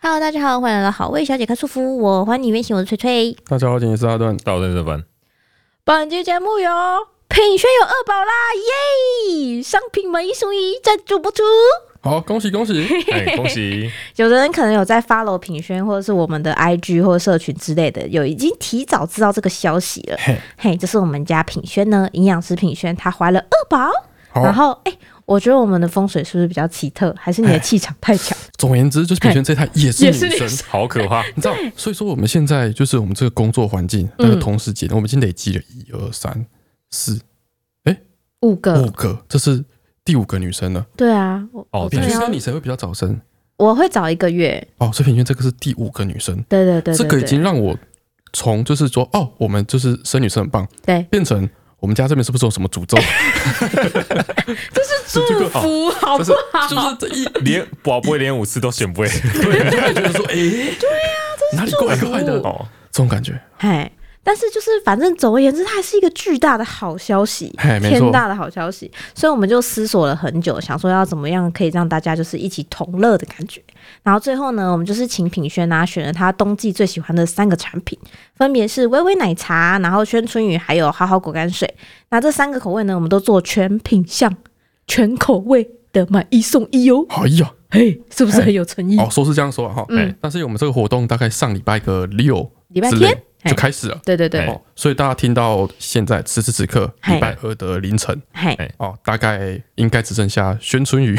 Hello，大家好，欢迎来到好味小姐开束缚，我还你原形，我是翠翠。大家好，今天是阿段。到认真班，本期节目由品轩有二宝啦，耶！商品买一送一，赞助播出。好，恭喜恭喜！哎，恭喜！有的人可能有在 follow 品轩，或者是我们的 IG 或者社群之类的，有已经提早知道这个消息了。嘿嘿，就是我们家品轩呢，营养师品轩，她怀了二宝， 好，然后哎、我觉得我们的风水是不是比较奇特？还是你的气场太强？总而言之，就是品轩这台也是也女是生，女好可怕！ 你知道？所以说我们现在就是我们这个工作环境那个同事节，我们已经累积了一二三四哦五个，五个，这是第五个女生了。对啊，我哦我对品真的轩要跟你谁会比较早生？我会找一个月，哦，所以品轩这个是第五个女生，对对对对这对，个已经让我从就是说哦，我们就是生女生很棒，对变成我们家这边是不是有什么诅咒？祝福好就是就是这一 连宝贝连五次都选不会对，就会觉得说，哎，对呀，哪里怪怪的？哦。这种感觉，嘿，但是就是反正总而言之，它还是一个巨大的好消息，嘿没错天大的好消息。所以我们就思索了很久，想说要怎么样可以让大家就是一起同乐的感觉。然后最后呢，我们就是请品轩啊选了他冬季最喜欢的三个产品，分别是微微奶茶，然后轩春雨，还有好好果干水。那这三个口味呢，我们都做全品项、全口味的买一送一哦。哎呀，嘿，是不是很有诚意？哦，说是这样说啊哈，嗯但是因为我们这个活动大概上礼拜个六礼拜之类天就开始了。对对对，哦，所以大家听到现在此时此刻嘿礼拜二的凌晨嘿，哎哦，大概应该只剩下宣春 雨，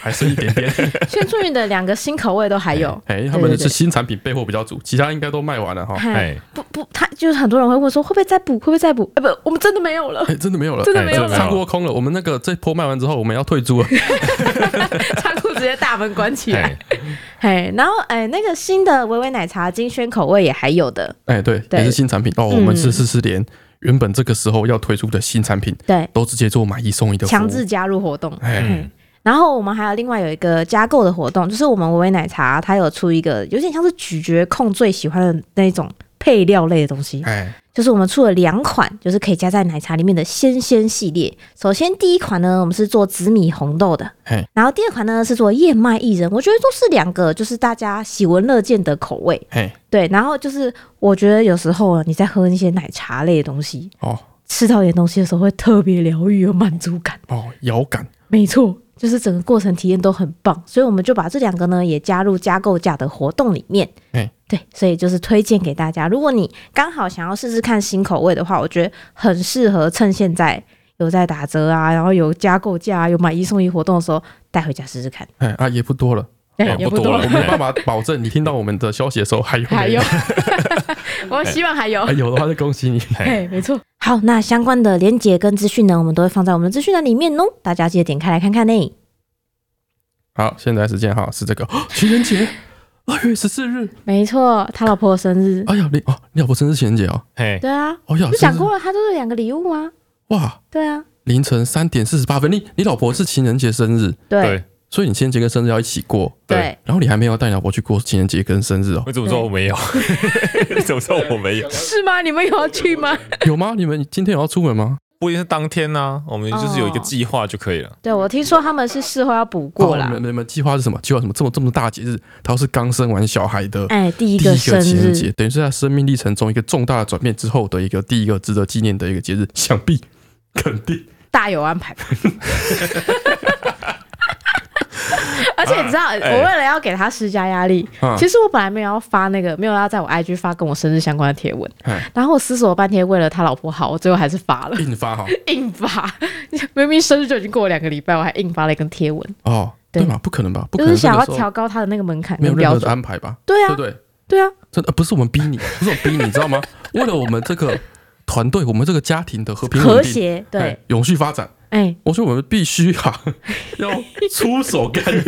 还剩一点点。轩春雨的两个新口味都还有。哎，他们对对是新产品备货比较足，其他应该都卖完了哈。嗨哎，不不，他就是很多人会问说会不会再补，会不会再补？哎、不，我们真的没有 了，哎，真的没有了，真的哎没有了差不多空了。我们那个这波卖完之后，我们要 退租了。仓库直接大门关起来。哎，嘿，然后哎、那个新的维维奶茶金萱口味也还有的，哎，对，对嗯也是新产品哦。我们是是是连原本这个时候要推出的新产品，对，都直接做买一送一的服务强制。加入活动。哎，嗯，然后我们还有另外有一个加购的活动，就是我们维维奶茶它有出一个有点像是咀嚼控最喜欢的那种配料类的东西，哎，就是我们出了两款，就是可以加在奶茶里面的鲜鲜系列。首先第一款呢，我们是做紫米红豆的嘿，然后第二款呢是做燕麦薏仁，我觉得都是两个就是大家喜闻乐见的口味。嘿，对，然后就是我觉得有时候啊你在喝那些奶茶类的东西，哦吃到一点东西的时候会特别疗愈，有满足感。哦，遥感。没错，就是整个过程体验都很棒，所以我们就把这两个呢也加入加购价的活动里面。哎对，所以就是推荐给大家，如果你刚好想要试试看新口味的话，我觉得很适合趁现在有在打折啊，然后有加购价、啊、有买一送一活动的时候带回家试试看。哎啊，也不多了，哎也不多多了我没有办法保证你听到我们的消息的时候还有没还有， 我希望还有哎。有的话就 恭喜你。哎，没错。好，那相关的连结跟资讯呢，我们都会放在我们的资讯栏里面哦，大家记得点开来看看呢。好，现在时间哈是这个 哦情人节，二月十四日。没错，他老婆的生日。哎呀，你哦，你老婆生日情人节哦。哎，对啊，哦呀，就讲生日过了，他就是两个礼物啊。哇，对啊，凌晨三点四十八分，你你老婆是情人节生日，对对所以你情人节跟生日要一起过。对，然后你还没有带你老婆去过情人节跟生日哦？我怎么说我没有？ 你怎么说我没有？是吗？你们有要去吗？有吗？你们今天有要出门吗？不一定是当天呢，我们就是有一个计划就可以了。对，我听说他们是事后要补过哦啦你。们你们计划是什么？计划什么？这么这么大节日，他是刚生完小孩的哎，第一第一个个生情人节日，，等于是他生命历程中一个重大的转变之后的一个第一个值得纪念的一个节日，想必肯定大有 安排吧。而且你知道，我哎为了要给他施加压力，啊其实我本来没有要发那个，没有要在我 IG 发跟我生日相关的贴文哎，然后我思索了半天，为了他老婆好，我最后还是 发了。印 发哈硬发，明明生日就已经过了两个礼拜，我还硬发了一根贴文，哦，对对嘛？不可能吧？不可就能是想要那个时候调高他的那个门槛没有跟任标何的准。安排吧？对对啊不，对？对啊，真的呃不是我们逼你，不是我逼你，你知道吗？为了我们这个团队，我们这个家庭的和平和稳定，谐哎对，永续发展，哎，我说我们必须哈要出手干预。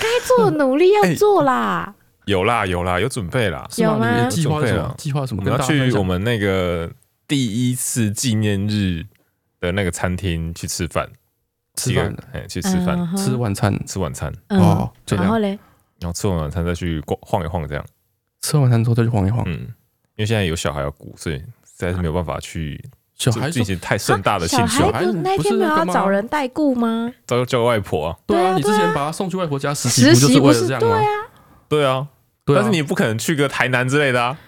该做的努力要哎做啦。有啦有啦，有准备啦。是 吗有吗你的计划是什准备么了？计划是什啊我么？们跟要大家分去享我们那个第一次纪念日的那个餐厅去吃饭，吃几饭个人，哎，去吃饭，嗯吃晚餐吃晚餐，嗯哦，这然后样嘞，然后吃完晚餐再去逛晃一晃，这样。吃完晚餐之后再去晃一晃，嗯，因为现在有小孩要顾，所以实在是没有办法去小这孩进就行太盛大的小庆孩祝，孩不子那一不天哦是没有那要个吗找人代雇吗？都叫外婆、啊。对对啊啊，你之对前啊把他送去外婆家实习，实不就是习不为了是这样对吗？啊，对啊，对啊，但是你不可能去个台南之类的啊。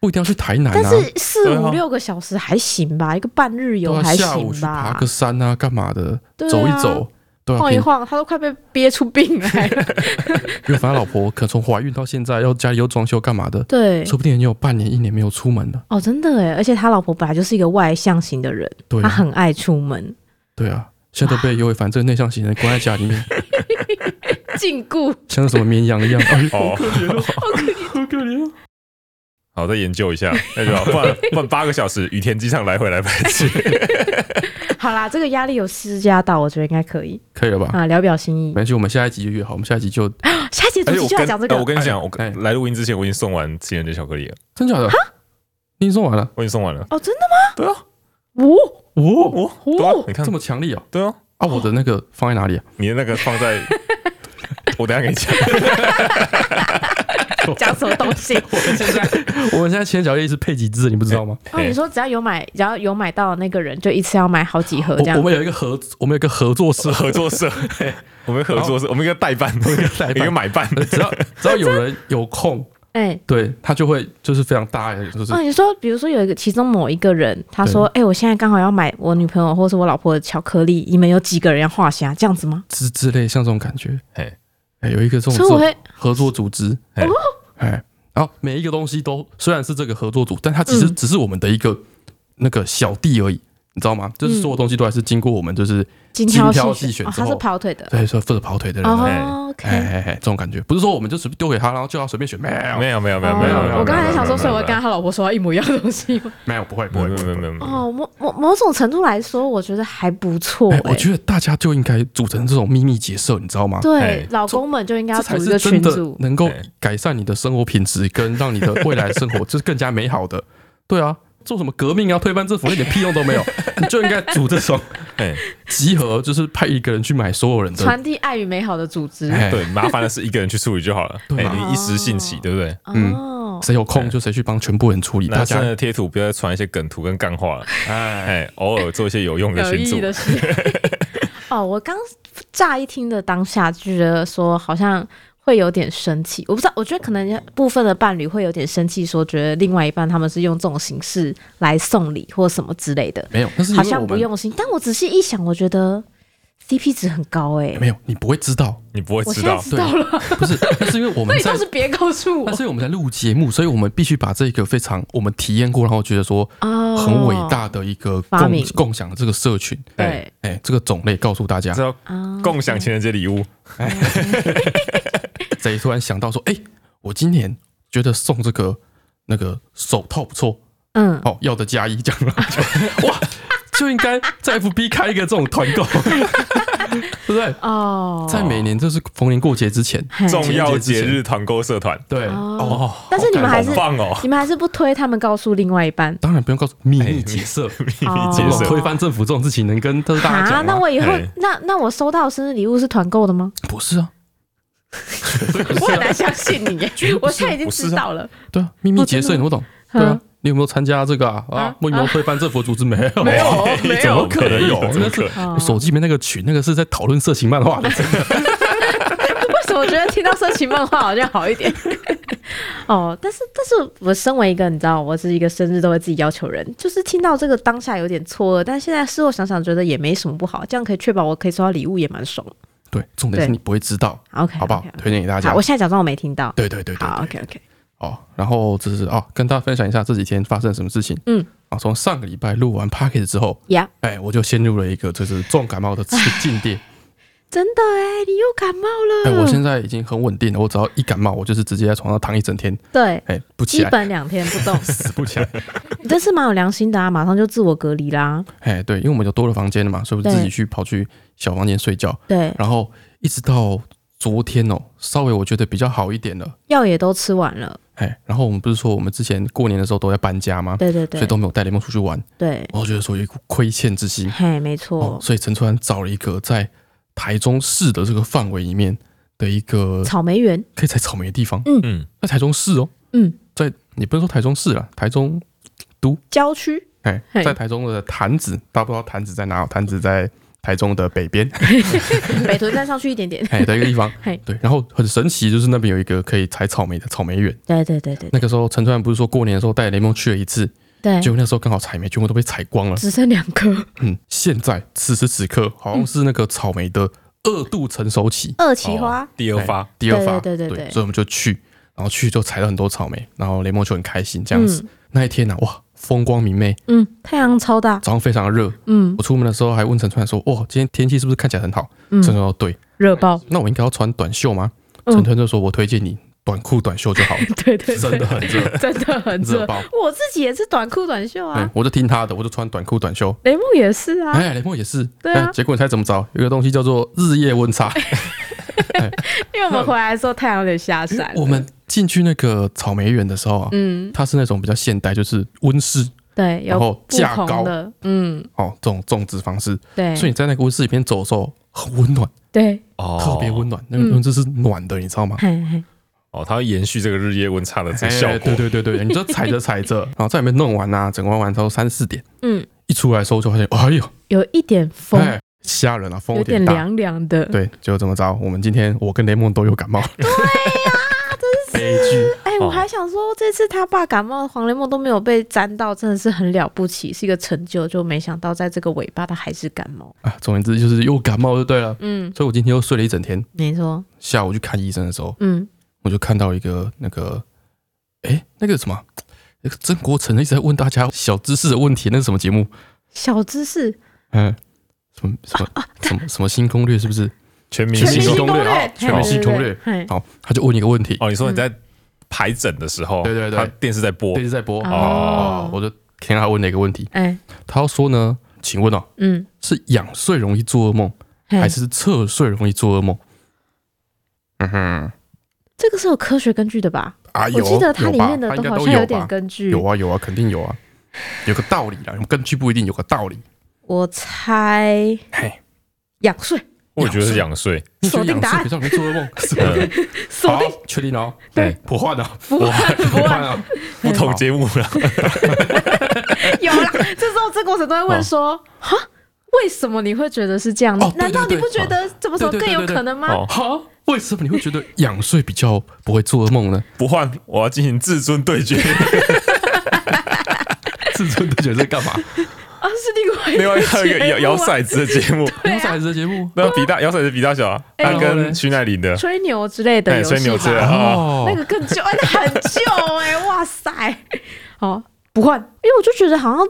不一定要去台南但啊，是四对啊五六个小时还行吧，一个半日游对啊还下午行去爬吧个，山啊，干嘛的，对啊哦走一走，对啊，晃一平晃，他都快被憋出病来 了。因为反正老 婆可能从怀孕到现在，要家里又装修干嘛的，对，说不定也有半年一年没有出门了。哦，真的哎，而且他老婆本来就是一个外向型的人，对他啊，很爱出门，对啊，现在都被尤伟凡这个内向型人关在家里啊面，禁锢。 像什么绵羊 一样。哎呦哦，好可怜啊 好，再研究一下，那 就好，不然不然八个小时，雨田机场来回来白 痴。哎好啦，这个压力有施加到，我觉得应该可以可以了吧？啊，聊表心意没。关系，我们下一集就约好，我们下一集就下一集主而且题我就要跟讲这哎个我，跟你讲，我哎来录音之前我已经送完情人节巧克力了，真假的？啊你已经送完了？我已经送完了。哦，真的吗？对啊， 哦哦，我对啊哦，你看这么强力啊！对啊，啊，我的那个放在哪里啊？你的那个放 在，我等一下给你讲。讲什么东西？现在我们现在千角叶是配几支，你不知道吗？哦，你说只要有买，只要有买到的那个人，就一次要买好几盒这我样我。们有一个合，我们有一个合作社 是，合作社，我们合作社，我们一个哎哦 代办，一个代办一个买办，只要只要有人有空，哎，对他就会就是非常大的，就是哦，你说，比如说有一个其中某一个人，他说：“哎、我现在刚好要买我女朋友或是我老婆的巧克力，你们有几个人要画虾？”这样子吗？之之类，像这种感觉。嘿哎，有一个这种所以我会哦合作组织，嘿哎，然后每一个东西都虽然是这个合作组，但它其实嗯只是我们的一个那个小弟而已，你知道嗯吗？就是所有东西都还是经过我们，就是精精挑细细选哦，之他是后跑腿的。对说负责跑腿的人哦来。 ，OK，、哎哎哎，这种感觉不是说我们就随便丢给他，然后就要随便选，没有 没有没有没有没有没哦，有。我刚才没有想说，哎所以我没会有跟他老婆说一模一样的东西吗。没有不会不没有会没不有没有会。没有没有，哦，某某某种程度来说，我觉得还不错、哎哎，，我觉得大家就应该组成这种秘密结社，你知道吗？对哎，老公们就应该要这才组一是个真群的组。能够对改善你的生活品质，跟让你的未来 生活就是更加美好的。对啊，做什么革命啊、推翻政府，一点屁用都 没有。你就应该组这种哎，集合，就是派一个人去买所有人的。传递爱与美好的组织、哎，对，麻烦的是一个人去处理就好了。对哎嘛你一时兴起，对不对？嗯哦，谁有空就谁去帮全部人处理。大男生家的贴图不要再传一些梗图跟干话了，哎，哎，偶尔做一些有用的有群意义组。的事。 哦，我刚乍一听的当下就觉得说好像会有点生气，我不知道，我觉得可能部分的伴侣会有点生气，说觉得另外一半他们是用这种形式来送礼或什么之类的，没有，那是因好为像我不们用心。但我仔细一想，我觉得 CP 值很高哎、没有，你不会知道，你不会我现知在道，知道了，不是？那是因为我 所们以在倒是，别告诉我那是因为我们在录节目，所以我们必须把这个非常我们体验过，然后觉得说哦，很伟大的一个发共明共享的这个社群，对哎，这个种类告诉大家知。道啊共享情人节礼物，谁突然想到说，哎、我今年觉得送这个那个手套不错嗯，哦，要的加一这样，就哇，就应该在 FB 开一个这种团购， 对不对？哦，在每年就是逢年过节之前，嘿重要节情人节之日团购社团，对哦哦，但是你们还是好棒哦！你们还是不推他们告诉另外一 半。当然不用告诉秘密结社，秘密这结种哦社，推翻政府这种事情能跟都是大家啊，讲那吗？我以后嘿那那我收到的生日礼物是团购的吗？不是啊，我很难相信你耶，我现在已经知道了。对啊，秘密结社你不懂，对啊嗯，你有没有参加这个啊？啊啊，你有没有推翻政府组织？没有，没有哎没有怎么可能有怎么那可是能？哦我手机里面那个群，那个是在讨论色情漫画的，为什么觉得听到色情漫画好像好一点？ 哦，但是但是我身为一个你知道，我是一个生日都会自己要求人，就是听到这个当下有点错愕，但现在事后想想觉得也没什么不好，这样可以确保我可以收到礼物也蛮爽。对，重点是对你不会知道， OK，好不好 OK，OK 推荐给大家好，我。现在假装我没听到。对对对对，好，OK OK，哦，然后这是哦，跟大家分享一下这几天发生什么事情。嗯，啊，从上个礼拜录完 p a c k e t 之后，呀，哎，我就陷入了一个就是重感冒的次 境地。真的哎，你又感冒哎，了。我现在已经很稳定了，我只要一感冒，我就是直接在床上躺一整天，对。哎，不起基来，本两天不 动，死不起来。你这次蛮有良心的啊，马上就自我隔离啦。哎，对，因为我们就多了房间了嘛，所以我自己对去跑去小房间睡觉，对，然后一直到昨天哦，稍微我觉得比较好一点了。药也都吃完了，哎，然后我们不是说我们之前过年的时候都在搬家吗？对对所以对，都没有带雷梦出去玩，对，我觉得说有一股亏欠之心。嘿，没哦错，，所以陈川找了一个在台中市的这个范围里面的一个草莓园，可以采草莓的地方，嗯，在台中市哦，嗯，在你不能说台中市啦，台中都，郊区 哎，嘿在台中的潭子，大家不知道潭子在哪？哦潭子在台中的北边，北屯站上去一点点。哎，在一个地方嘿，对。然后很神奇，就是那边有一个可以采草莓的草莓园。对对对对那个时候陈川不是说过年的时候带雷蒙去了一次，对，结果那时候刚好采莓全部都被采光了。只剩两颗。嗯，现在此时此刻好像是那个草莓的二度成熟期，二期花哦，第二发哎，第二发，嗯对对对对对所以我们就去，然后去就采了很多草莓，然后雷蒙就很开心这样子。那一天呢、哇，风光明媚，嗯，太阳超大，早上非常热。嗯我出门的时候还问陈川说：“哇，今天天气是不是看起来很好？”嗯陈川说：“对。热爆，”那我应该要穿短袖吗？嗯陈川就说：“我推荐你短裤短袖就好了， 对 对真的很热，真的很热。爆。我自己也是短裤短袖哎啊，，我就听他的，我就穿短裤短袖。雷梦也是啊，哎，雷梦也是。对啊哎结果你猜怎么着？有一个东西叫做日夜温差。因为我们回来的时候太阳有点下山了。我们进去那个草莓园的时候啊，嗯，它是那种比较现代，就是温室对，有然后不架同高的，嗯，哦，这种种植方式。对，所以你在那个温室里面走的时候，很温暖，对，哦特别温暖。那嗯个温室是暖的，你知 道吗？嘿嘿，哦，它会延续这个日夜温差的这个效哎果对，对对对，你就踩着踩着，然后在里面弄完啊，整完完之后三四点，嗯，一出来的时候就发现，哎呦，有一点风，哎，吓人啊，风有点点大。凉凉的。对，就这么着。我们今天我跟雷蒙都有感冒，悲剧哎、哦我还想说，这次他爸感冒，黄雷梦都没有被沾到，真的是很了不起，是一个成就。就没想到在这个尾巴，他还是感冒。啊，总而言之就是又感冒就对了。嗯，所以我今天又睡了一整天。没错，下午去看医生的时候，嗯，我就看到一个那个，哎，那个什么，那个曾国成一直在问大家小知识的问题，那是什么节目？小知识，嗯，什么什么什么什么新攻略是不是？全明全明星星攻攻略略哦，全明星攻略嘿，好，他就问一个问题，哦，你说你在排诊的时候，对对对它电视在播电，视在播哦哦，我就听他问了一个问题，哎、他要说呢，请问哦，嗯，是仰睡容易做噩梦，嘿还是侧睡容易做噩梦？嗯哼，这个是有科学根据的吧？啊我有，记得它有里吧面的他应该好都像有点吧？根据。有啊有啊，肯定有啊，有个道理啦，根据不一定有个道理。我猜嘿，仰睡，我也觉得是 仰睡，你觉锁得定仰答睡案比较容易做噩梦？ 是吗嗯锁定好，确定哦，对哎，不换了，不换不不换换，了，不同节目了， 有啦，这时候这过程都会问哦说，哈，为什么你会觉得是这样？哦对难道你对对不觉得这么说更有可能吗？哦好，为什么你会觉得仰睡比较不会做噩梦 呢？不换，我要进行至尊对决，自尊的觉得在干嘛？啊，是另外 另外还有一个节目啊摇摇骰子的 节目，牛仔子的节目那比大摇骰子比大小啊，啊哎他然后呢跟徐乃麟的，吹牛之类的哎，游吹戏牛之类的吧，啊，哦那个更旧，哎那很旧哎，哇塞，好不换，因为我就觉得好像。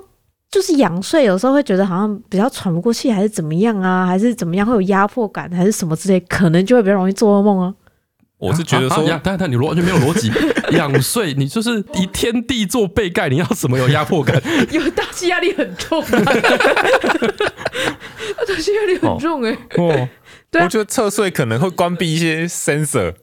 就是仰睡，有时候会觉得好像比较喘不过气，还是怎么样啊，还是怎么样会有压迫感，还是什么之类，可能就会比较容易做噩梦啊。我是觉得啊啊啊说但但你完全没有逻 辑，仰睡你就是以天地做被盖，你要什么有压迫感？ 有大气压力很重、啊，大气压力很重哎、哦，对啊我觉得侧睡可能会关闭一些 sensor，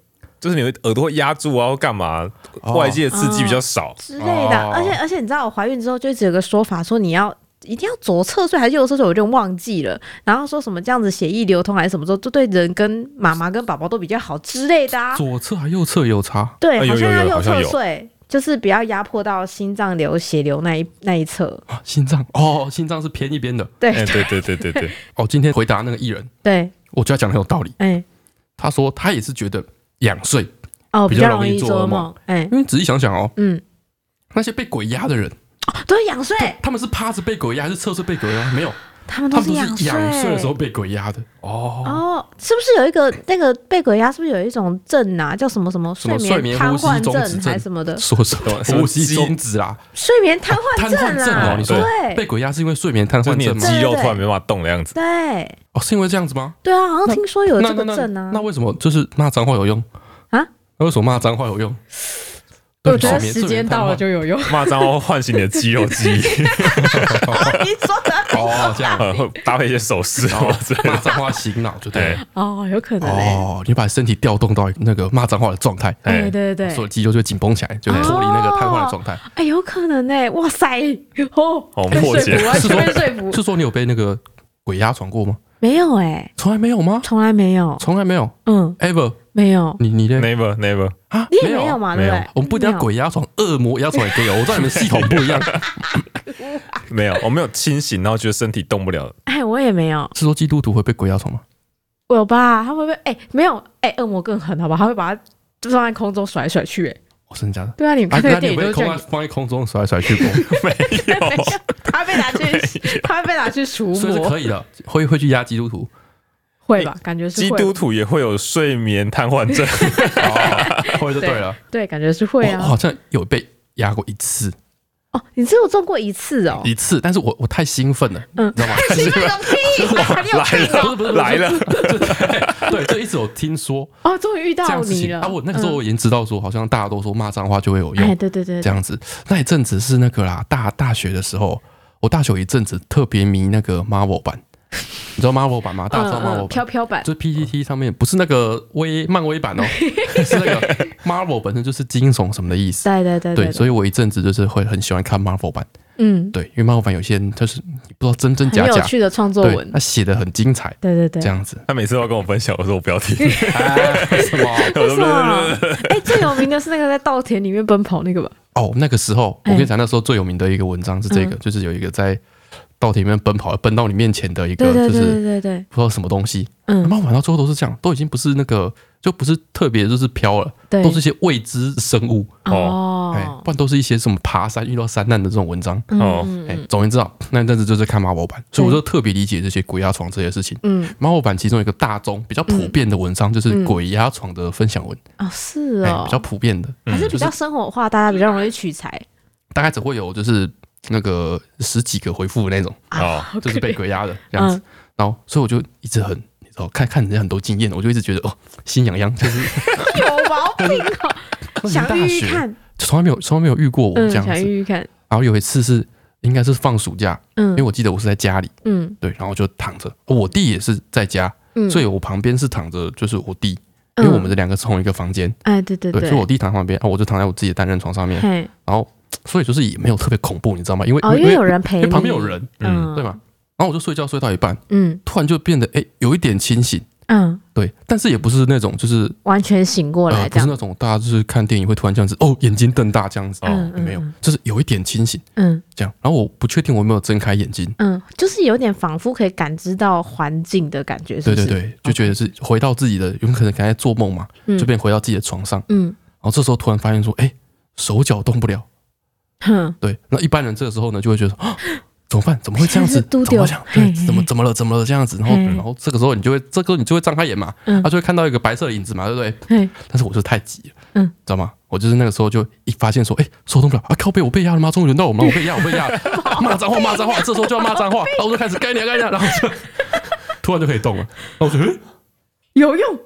就是你的耳朵会压住啊，或干嘛，哦外界刺激比较少。之类的啊。哦而且而且你知道，我怀孕之后就一直有个说法，说你要一定要左侧睡还是右侧睡，我有点忘记了。然后说什么这样子血液流通还是什么时候，就对人跟妈妈跟宝宝都比较好之类的啊。 左侧还右侧有差，对，好哎有像有要有右好像侧有睡，就是不要压迫到心脏流血流那一那一侧。啊心脏哦，心脏是偏一边的。对、哎，对对对对 对，哦，今天回答那个艺人，对，我觉得他讲的很有道理。哎、他说他也是觉得仰睡，哦，比比较较容容易易做做噩噩梦梦。哎、因为仔细想想哦，嗯，那些被鬼压的人，对，仰睡，他们是趴着被鬼压，还是侧睡被鬼压？没有，他们他都们是都是仰仰睡的时候被鬼压的。哦，哦，是不是有一个那个被鬼压？是不是有一种症啊？叫什么什么什么睡睡眠瘫呼吸痪中止症还症是什么的？说什么对啊什么呼吸肌终止 啦，睡眠瘫瘫痪痪症啊哦，你说被对鬼压是因为睡眠瘫就是痪你的症吗？肌肉突然没办法动的样子。对哦，是因为这样子吗？对啊，好像听说有那这那个那症啊那。为什么就是骂脏话有用啊？那为什么骂脏话有用？对我觉得睡眠时间到了就有用。骂脏话会唤醒你的肌肉记忆，你说的睡眠瘫痪 哦，这样 呃会搭配一些手势哦之类骂的。脏话醒脑就对了。哦，有可能哎，哦，你把身体调动到那个骂脏话的状态，哎，对对哦对所，有肌肉就会紧绷起来，就会脱离那个瘫痪的状态。哎，有可能哎，哇塞，哦，哦被破说解服，完是全被说说服，是说你有被那个鬼压床过吗？没有哎，从来没有吗？从来没有，从来没有嗯， ，ever。没有，你你的 Never never，啊，你也没有嘛，对没不有对？我们不一定要没有 鬼压床，恶魔压床也可以哦。我知道你们系统不一样，没有，我没有清醒，然后觉得身体动 不了。哎，我也没有，是说基督徒会被鬼压床吗？我有吧？他会不会？哎、没有，哎、恶魔更狠，好吧？他会把它就放在空中甩来甩去、哎，哦，真的假的？ 对啊，你们啊，看那那个电你有影都是这被空样啊放在空中甩来甩去过，没有， 他被 拿去，他被拿去除所以是魔，可以的，会会去压基督 徒。会吧？感觉是基会督徒也会有睡眠瘫痪症。哦，会就对了。对，感觉是会我啊我。好像有被压过一次，哦，你只有中过一次哦。一次，但是我我太兴奋了，嗯 你知道吗？兴奋个屁！啊你有病不哦！是不是来，了，对，就一直有听说哦，终于遇这到样事你情了。嗯啊。我那个时候我已经知道说，好像大家都说骂脏话就会有嗯，哎，用，对对对，这对样子。那一阵子是那个啦，大大学的时候，我大学有一阵子特别迷那个 Marvel 版，你知道 Marvel 版吗？大家知道嗯嗯，Marvel 飘版？飘版就是 PPT 上面不是那个微漫威版哦， 是 那个 Marvel 本身就是惊悚什么的意思。对对对对，所以以我一阵子就是会很喜欢看 Marvel 版，嗯，对，因为漫画版有些人就是不知道真真假很有假，趣的创作对文，他。写的很精彩，对对对这，样子。他每次都要跟我分享，我说我不要听。为啊什么？啊我为什 说么？哎，最有名的是那个在稻田里面奔跑那个吧？哦，那个时候我跟你讲，那时候最有名的一个文章是这个，哎嗯就是有一个在稻田里面奔跑，奔到你面前的一个对，对就对是对对对，不知道什么东西。嗯慢，慢到最后都是这样，都已经不是那个，就不是特别就是飘了，对，都是一些未知生物，哎，哦不，然都是一些什么爬山遇到山难的这种文章。嗯哦嗯哎嗯，总而言之啊，那阵子就是看 Marvel 版，所以我对就特别理解这些鬼压床这些事情。嗯， Marvel 版其中一个大宗比较普遍的文章就是鬼压床的分享文，哦，嗯是哎哦，比较普遍的，嗯还是比就较是生活化，大家比较容易取材大概只会有就是那个十几个回复的那种，哦啊，就是被鬼压的这样嗯子。然后，所以我就一直很，你知道，看看人家很多经验，我就一直觉得哦，心痒痒，就是 有毛病 哦，想大遇遇学看，就从来没有从来没有遇过我嗯，这样想子。遇遇看，然后有一次是应该是放暑假，因嗯为我记得我是在家里，嗯对，然后就躺着，哦我弟也是在家，嗯，所以我旁边是躺着就是我弟，因为我们的这两个是同一个房间。哎，对对对，所以我弟躺旁边，啊，我就躺在我自己的单人床上面，嘿，然后所以就是也没有特别恐怖，你知道吗？因为、哦，因因为有人陪因你，为旁边有人，嗯，对？吧？然后我就睡觉睡到一半，嗯突然就变得哎有一点清醒，嗯，对，但是也不是那种就是完全醒过来呃这不是样，那种大家就是看电影会突然这样子哦眼睛瞪大这样子，嗯哦，没有，就是有一点清醒嗯这样。然后我不确定我有没有睁开眼睛，嗯，就是有点仿佛可以感知到环境的感觉，是对不对是？对，就觉得是回到自己的，有可能刚才做梦嘛，嗯就变回到自己的床上，嗯然后这时候突然发现说哎手脚动不了。哼，对，那一般人这个时候呢，就会觉得啊，怎么办？怎么会这样 子？现在是怎嘟么丢会这样？嘿嘿对，怎么怎么了？怎么了？这样子，然后嘿然后这个时候你就会，这个时候你就会张开眼嘛，嗯他就会看到一个白色的影子嘛，对不对？嘿，但是我就太急了，嗯知道吗？我就是那个时候就一发现说，哎，手动不了啊，靠背，我被压了吗？终于轮到 我吗？我被压，我被压了，骂脏话，骂脏话，这时候就要骂脏话，然后我就开始干你啊，干你啊，然后就 突然就可以动了，然后我就，诶有用，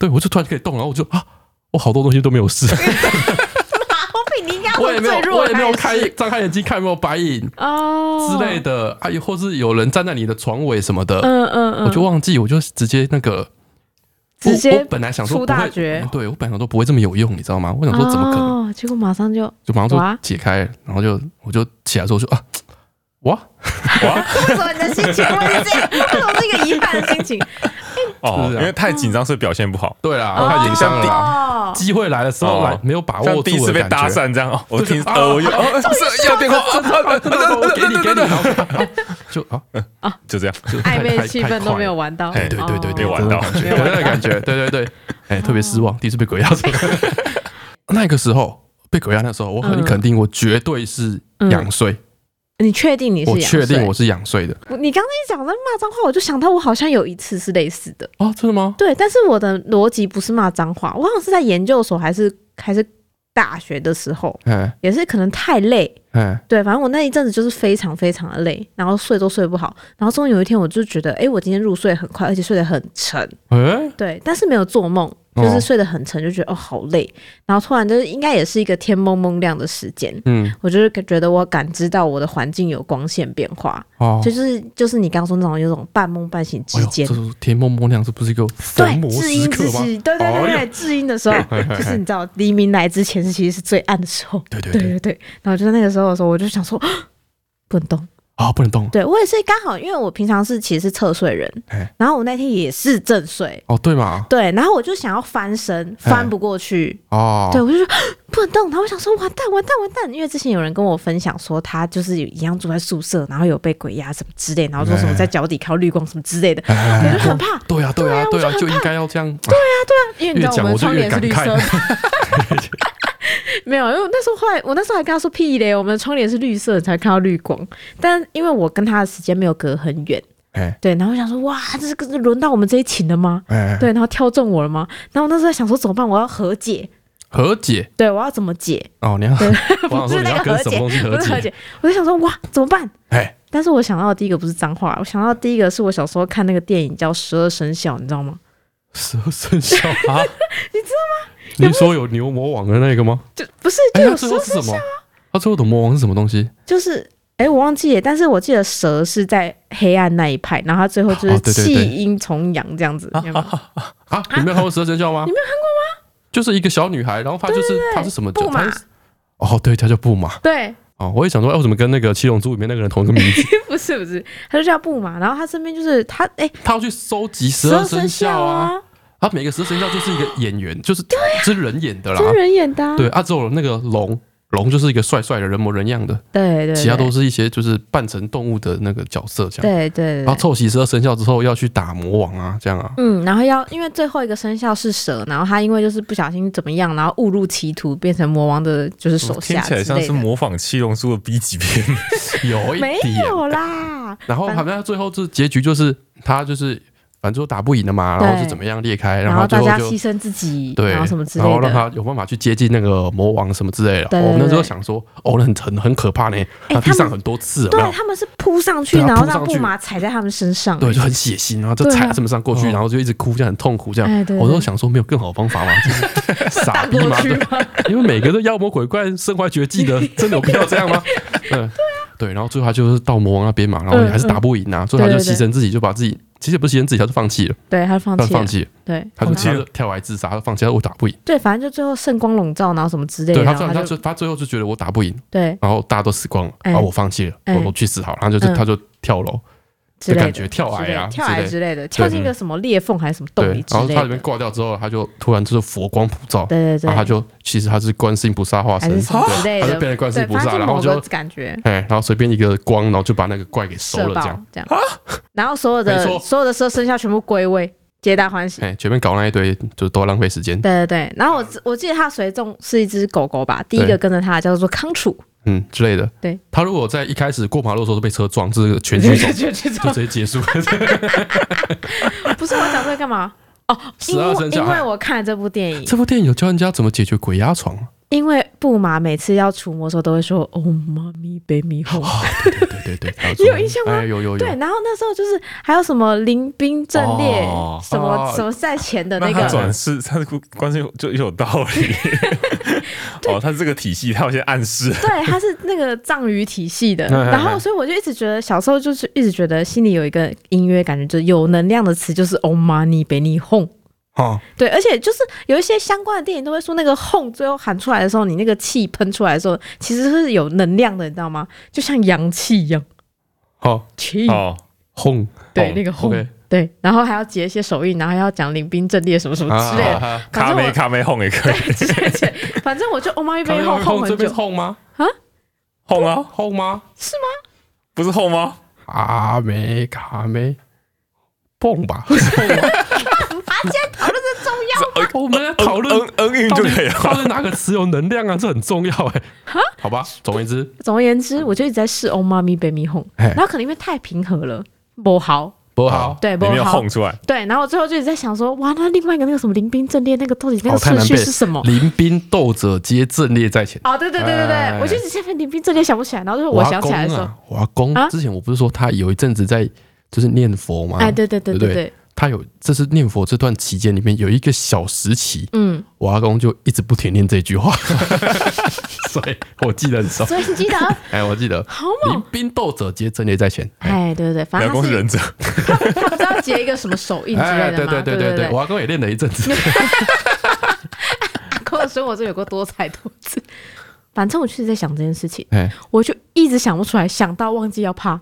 对我就突然就可以动了，然后我就啊，我好多东西都没有事， 毛病你应该我也会没最有，弱我的也没有那一开次张开眼睛看有没有白影，哦之类，的，啊，或是有人站在你的床尾什么的，嗯嗯嗯，我就忘记，我就直接那个，直接我我本来想说出不大会，绝嗯对我本来想说不会这么有用，你知道吗？我想说怎么可能，哦，结果马上就就马上就哇解开，然后就我就起来之后就啊，哇，为什么你的心情会是 这样？这种是一个遗憾的心情。哦是，啊因为太紧张所以表现不好，对啦，哦太紧张了啦，哦，机会来的时候哦来没有把握像住第一次的被感搭 觉。讪这样，哦我就是听啊呃，我又哦是要电话，啊真的吗我给你给你，然后啊就啊，就这样，就太暧昧太气太氛都快没有了玩到，哎，对对对对，哦没玩到这种感觉，对那个感觉，对对对，哎，特别失望，第一次被鬼压床。 那个时候被鬼压那时候，我很嗯肯定，我绝对是仰睡，你确定嗯你是我羊确定水我是仰睡的。我你刚刚一讲在骂脏话，我就想到我好像有一次是类似的，哦，真的吗？对，但是我的逻辑不是骂脏话，我好像是在研究所还是还是大学的时候，哎也是可能太累，哎，对，反正我那一阵子就是非常非常的累，然后睡都睡不好，然后终于有一天我就觉得，哎，我今天入睡很快，而且睡得很沉，哎，对，但是没有做梦，哦就是睡得很沉，就觉得哦好累，然后突然就是应该也是一个天蒙蒙亮的时间。嗯，我就是觉得我感知到我的环境有光线变化，哦，就哎是就是你刚刚说那种有种半梦半醒之呦间这，是天蒙蒙哎亮，这不是一个逢对，魔至阴时之刻吗？时，对对对 对，哎至阴的时候，嘿嘿就是你知道黎明来之前，其实是最暗的时候，对对对对， 对对。然后就在那个时候的时候，我就想说，啊不能动，啊，不能动对我也是刚好，因为我平常是其实是侧睡人哎，然后我那天也是正睡，哦，对嘛，对，然后我就想要翻身，翻不过去，嗯哦，对我就说不能动，然后我想说完蛋完蛋完蛋，因为之前有人跟我分享说他就是有一样住在宿舍，然后有被鬼压什么之类，然后说什么在脚底看到绿光什么之 类的，哎，哎我就哎很怕，对啊，对啊，对对啊我啊，就就很应怕该要这样。对啊，因为你知道我越讲们我就窗越帘是感绿色的，慨。 没有，因为我那时候后来我那时候还跟他说屁嘞，我们的窗帘是绿色的才看到绿光，但因为我跟他的时间没有隔很远，哎对，然后我想说哇，这是这轮到我们这一群了吗？哎，哎对，然后挑中我了吗？然后我那时候在想说怎么办，我要和解，和解对我要怎么解？哦，你要， 我想不说是你那要个跟和什解，么东西和不是和解？解，我就想说哇，怎么办？哎，但是我想到的第一个不是脏话，我想到第一个是我小时候看那个电影叫《十二生肖》，你知道吗？十二生肖 啊，你知道吗？你说有牛魔王的那个吗？就不是就哎，他有最十后二是生什肖，么？他最后的魔王是什么东西？就是哎、我忘记了，但是我记得蛇是在黑暗那一派，然后他最后就哦是对对弃对阴从阳这 样子，有没有啊，你没有看过十二生肖吗？你没有看过吗？就是一个小女孩，然后她就是她是什么？布马她是哦，对，她叫布马对，哦。我也想说，哎，我怎么跟那个《七龙珠》里面那个人同一个名 字？不是不是，他就叫布马，然后他身边就是他哎、她要去收集十十二二生生肖肖啊。啊，啊，每个十二生肖就是一个演员，就是是人演的啦。真啊人演的、啊，对，啊，只有那个龙，龙就是一个帅帅的人模人样的，对对对，其他都是一些就是扮成动物的那个角色这样。对对对然后凑齐十二生肖之后要去打魔王啊，这样啊。嗯，然后要因为最后一个生肖是蛇，然后他因为就是不小心怎么样，然后误入歧途，变成魔王的就是手听下起来之像类是的。模仿七龙珠的 B 级片，有 一没点。有啦，然后反好像最后这结局就是他就是反正就打不赢了嘛，对然后是怎么样裂开，然后后最大家后就牺。牲自己，对，然后什么之类然后的让。他有办法去接近那个魔王什么之类的。对对哦我们那时候对哎想说，哦，那很很很可怕呢，他他地上们很多刺，有没有对他们是扑上去，对啊然后扑上让布去马踩在他们身上。对，就很血腥，然后就对啊踩在他们上过去，哦然后就一直哭，这样很痛苦，这哎样。对我对都想说，没有更好的方法 吗？傻逼过吗？去对，因为每个都妖魔鬼怪、身怀绝 技的，真的有必要这样吗？啊对对，然后最后他就是到魔王那边嘛，然后也还是打不赢啊，最后他就对嗯对牺对牲自己，就把自己其实也不是牺牲自己，他就放弃了， 对他放他弃了放，弃了，对，他就然他后就跳崖自杀，他放弃，他说我打不赢。对，反正就最后圣光笼罩，然后什么之类的，对他然最后后他就就他最后就觉得我打不赢，对然后大家都死光了，哎然后我放弃了，哎我我去死好了，然后就是嗯他就跳楼，之类感的觉跳之崖类啊跳之崖类之类的，跳进一个什么裂缝还是什么洞里对，之然后类他里面的。挂掉之后，他就突然就是佛光普照，对对然后他对，就其实他是观世音菩萨化身，还是什么之类对，的他就变成观世音对，菩反萨，正然某后个就感觉哎，然后随便一个光，然后就把那个怪给收射了，爆这样，这样，然后所有没错的所有的蛇生肖全部归位，皆大欢喜。哎，前面搞那一堆就都浪费时间，对对对，然后我我记得他随众是一只狗狗吧，第一个对跟着他的叫做康楚，嗯之类的。对，他如果在一开始过马路的时候都被车撞，这个全就举 手就就就直接结束。不是我讲这个干嘛？哦，因十二为生肖因为我看了这部电影， 这部电影有教人家怎么解决鬼压床啊，因为布马每次要除魔的时候都会说“哦，妈咪，baby 红对对对对，还有你 有印象吗哎，有哦有”，有，对，然后那时候就是还有什么临兵阵列哦，什么哦什么在前的那那他个，转世，他的关系就有道理。哦，他这个体系，他有些暗示。 对，它是那个藏语体系 的。嗯然后，所以我就一直觉得小时候就是一直觉得心里有一个音乐感觉，就是有能量的词就是 “Om Mani b e n i h o m 哦，对，而且就是有一些相关的电影都会说，那个 “hom” 最后喊出来的时候，你那个气喷出来的时候，其实是有能量的，你知道吗？就像阳气一样，好气、哦，轰对轰那个 “hom”。哦，OK，对，然后还要结一些手印，然后还要讲领兵阵列什么什么之类的。 啊啊啊反咖正我啡咖啡哄也可以，之类的反正我就 Oh my 咖啡 baby 后后这很边久是，轰吗？哄啊，轰吗？不是哄吗？阿美卡美，蹦吧，蹦吧。我们来讨论嗯嗯韵到就底可以了。 到底哪个词有能量啊？这很重要哎、好吧，总而言之，总而言之，我就一直在试 Oh my baby 哄，嗯嘿然后可能因为太平和了，不好。不好好，对，不你没有好哄。出来，对，然后我最后就一直在想说，哇，那另外一个那个什么临兵阵列那个到底那哦个太顺难序背是什么。？临兵斗者皆阵列在前。哦，对对对对哎对，我就一直在那临兵阵列想不起来，然后就是我想起来的时候，我阿公,、啊之前我不是说他有一阵子在就是念佛吗？哎，对对对对对不对对，他有这是念佛这段期间里面有一个小时期，嗯，我阿公就一直不停念这 句话， 所以我记得很熟。所以你记得啊哎，我记得好临猛。兵斗者皆阵列在前。 哎哎，对对对，反你正公他是是忍者，他不知道结一个什么手印之类哎，的对嘛，对对对对对，我。阿公也练了一 阵子。阿公的生活中有过多彩多 姿，反正我就是在想这件事情，哎，我就一直想不出来，想到忘记要怕，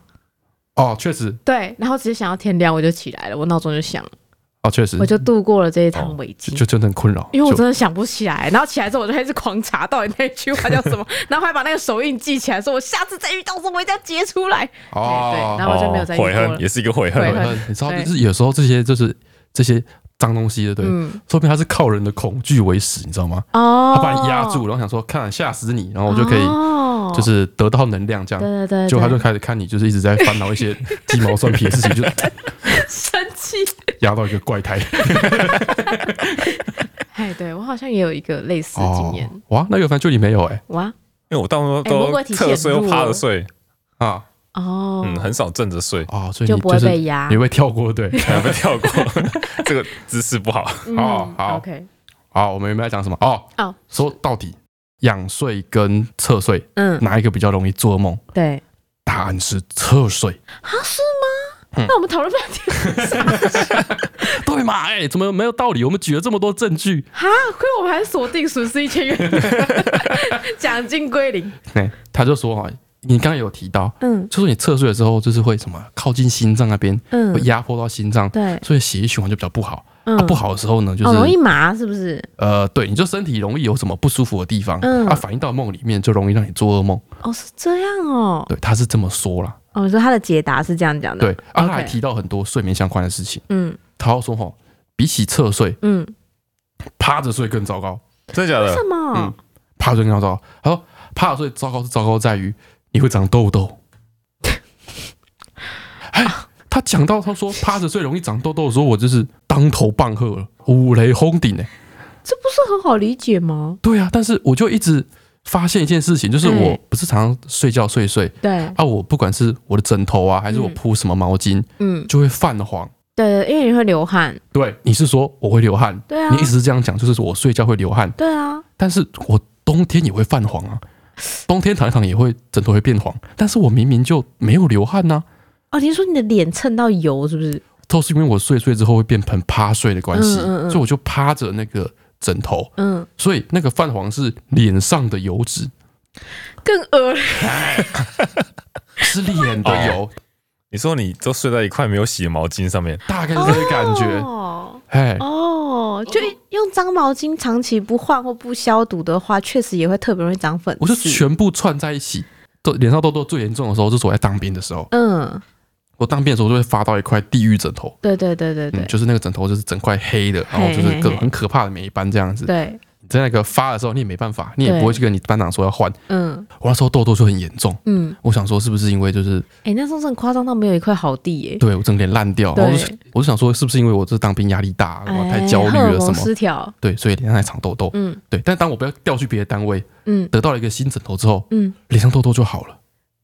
哦，确实，对，然后只是想要天亮我就起来了，我闹钟就响了，哦，确实我，就度过了这一趟哦危机。就就真的很困扰，因为我就真的想不起来，然后起来之后我就开始狂查到底那一句话叫 什么，然后还把那个手印记起来，说我下次再遇到的时候我一定要截出来。对对然哦，后我就没有再遇过悔了恨也是一个悔悔恨恨，你知道，对就是有时候这些就是这些脏东西的，对，嗯，说明他是靠人的恐惧为食，你知道吗？哦，他把你压住，，然后想说看吓死你，然后我就可以哦、就是得到能量这对对样。对，就他就对开始看你，就是一直在烦恼 一些鸡毛蒜皮的事情，就生气。压到一个怪胎。哎，对我好像也有一个类似的经验、，哦哇，那个反正就你没有哎哇因为我大部分哎魔都鬼体陷入侧睡或趴着睡，啊哦，嗯，很少正着睡，哦，所以就你不会就是被压你。会跳 过对。可能被跳过，这个姿势不好。嗯哦好 OK，好，我们原本要讲什么？哦哦，说到底仰睡跟侧睡嗯，哪一个比较容易做梦？对答案是侧睡，啊，是吗？嗯那我们讨论半天 对嘛？哎、怎么没有道理？我们举了这么多证据，哈，亏我们还锁定损失一千元， 奖金归零。哎，他就说啊，你刚刚有提到，嗯就是你侧睡的时候，就是会什么靠近心脏那边，嗯会，压迫到心脏，对，所以血液循环就比较不好。嗯啊、不好的时候呢，就是、哦、容易麻是不是？呃，对，你就身体容易有什么不舒服的地方，嗯啊，反映到梦里面就容易让你做噩梦。哦，是这样哦。对，他是这么说啦。哦，你说他的解答是这样讲的。对，啊，他 OK 还提到很多睡眠相关的事情。嗯他又说吼，比起侧睡，嗯，趴着睡更糟糕，真的假为什 的？么嗯？趴着睡更糟糕。他说趴着睡糟糕是糟糕在于你会长痘痘。 哎，他讲到他说趴着睡容易长痘痘的时候，我就是当头棒喝了，五雷轰顶哎、这不是很好理解吗？对啊，但是我就一直发现一件事情，就是我哎不是常常睡觉睡一睡对，啊，我不管是我的枕头啊，还是我铺什么毛巾，嗯，就会泛黄。对对，因为你会流汗。对，你是说我会流汗？对啊你，一直这样讲，就是说我睡觉会流汗，对啊，但是我冬天也会泛黄啊，冬天躺一躺也会枕头会变黄，但是我明明就没有流汗呐、哦，你是说你的脸蹭到油是不是？都是因为我睡一睡之后会变成趴睡的关系，嗯嗯嗯所以我就趴着那个枕头，嗯，所以那个泛黄是脸上的油脂，更恶是脸的油，哦你说你都睡在一块没有洗的毛巾上面，大概是这个感觉，哦哎、哦，就用脏毛巾长期不换或不消毒的话，确实也会特别容易长粉我就刺。全部串在一起。都脸上痘痘最严重的时候，就是我在当兵的时候。嗯，我当兵的时候就会发到一块地狱枕头，对对对对对嗯，就是那个枕头就是整块黑的，然后就是各种很可怕的霉斑这样子。对，你在那个发的时候，你也没办法，你也对不会去跟你班长说要换。嗯我那时候痘痘就很严重，嗯，我想说是不是因为就是哎，那时候真的夸张到没有一块好地耶。对我整脸烂掉，对然后就是我就想说是不是因为我这当兵压力大，我太焦虑哎荷尔了蒙什么，失调。对，所以脸上才长痘痘。嗯对，但当我不要调去别的单位，嗯得到了一个新枕头之后，嗯，脸上痘痘就好了。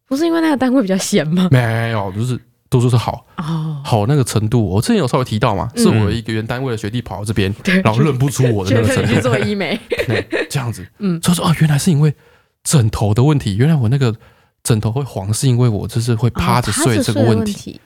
不是因为那个单位比较闲吗？没有，就是痘痘是好哦，好那个程度。我之前有稍微提到嘛，是我一个原单位的学弟跑到这边，然后认不出我嗯 的觉那个得程你度去，做医美， 对，这样子，嗯嗯，所以说啊，原来是因为枕头的问题，原来我那个枕头会黄，是因为我就是会趴着睡这个哦趴着睡的问问题。题，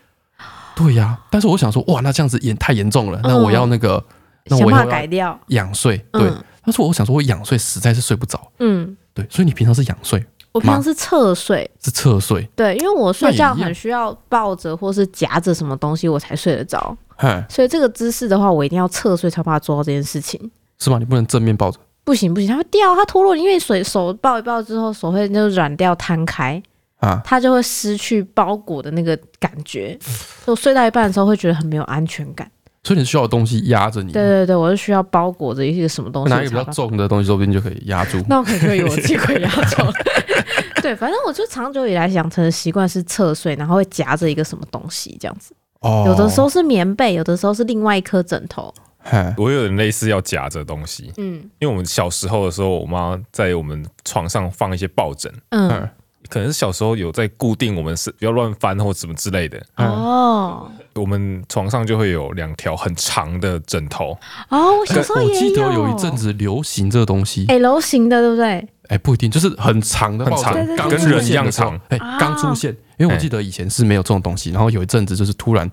对呀、但是我想说，哇，那这样子也太严重了，那嗯我要那个，那想我以办后法改要掉。仰睡。对，嗯但是我想说，我仰睡实在是睡不着。嗯，对，所以你平常是仰睡，我平常妈是侧睡，是侧睡，对，因为我睡那觉也一样很需要抱着或是夹着什么东西我才睡得着，嗨，所以这个姿势的话，我一定要侧睡才有办法做到这件事情。是吗？你不能正面抱着。不行不行，它会掉，它脱落，因为水手抱一抱之后，手会就软掉摊开，啊，它就会失去包裹的那个感觉。所以我睡到一半的时候会觉得很没有安全感。所以你需要有东西压着你，对对对，我是需要包裹着一个什么东西。嗯拿一个比我才较有办法重的东西，说不定就可以压住。那我可能就以为我自己鬼压床。 对，反正我就长久以来养成的习惯是侧睡，然后会夹着一个什么东西这样子。哦有的时候，是棉被，有的时候是另外一颗枕头。嗨，我有点类似要夹着东西，嗯因为我们小时候的时候，我妈在我们床上放一些抱枕，嗯嗯可能是小时候有在固定我们是不要乱翻或什么之类的，嗯，哦我们床上就会有两条很长的枕头，哦，我小时候我也记得有一阵子流行这个东西， L 型的，对不对？哎，不一定，就是很长的很抱枕，长对对刚对出跟人现一样的时候长。哎，啊刚出现，因为我记得以前是没有这种东西，然后有一阵子就是突然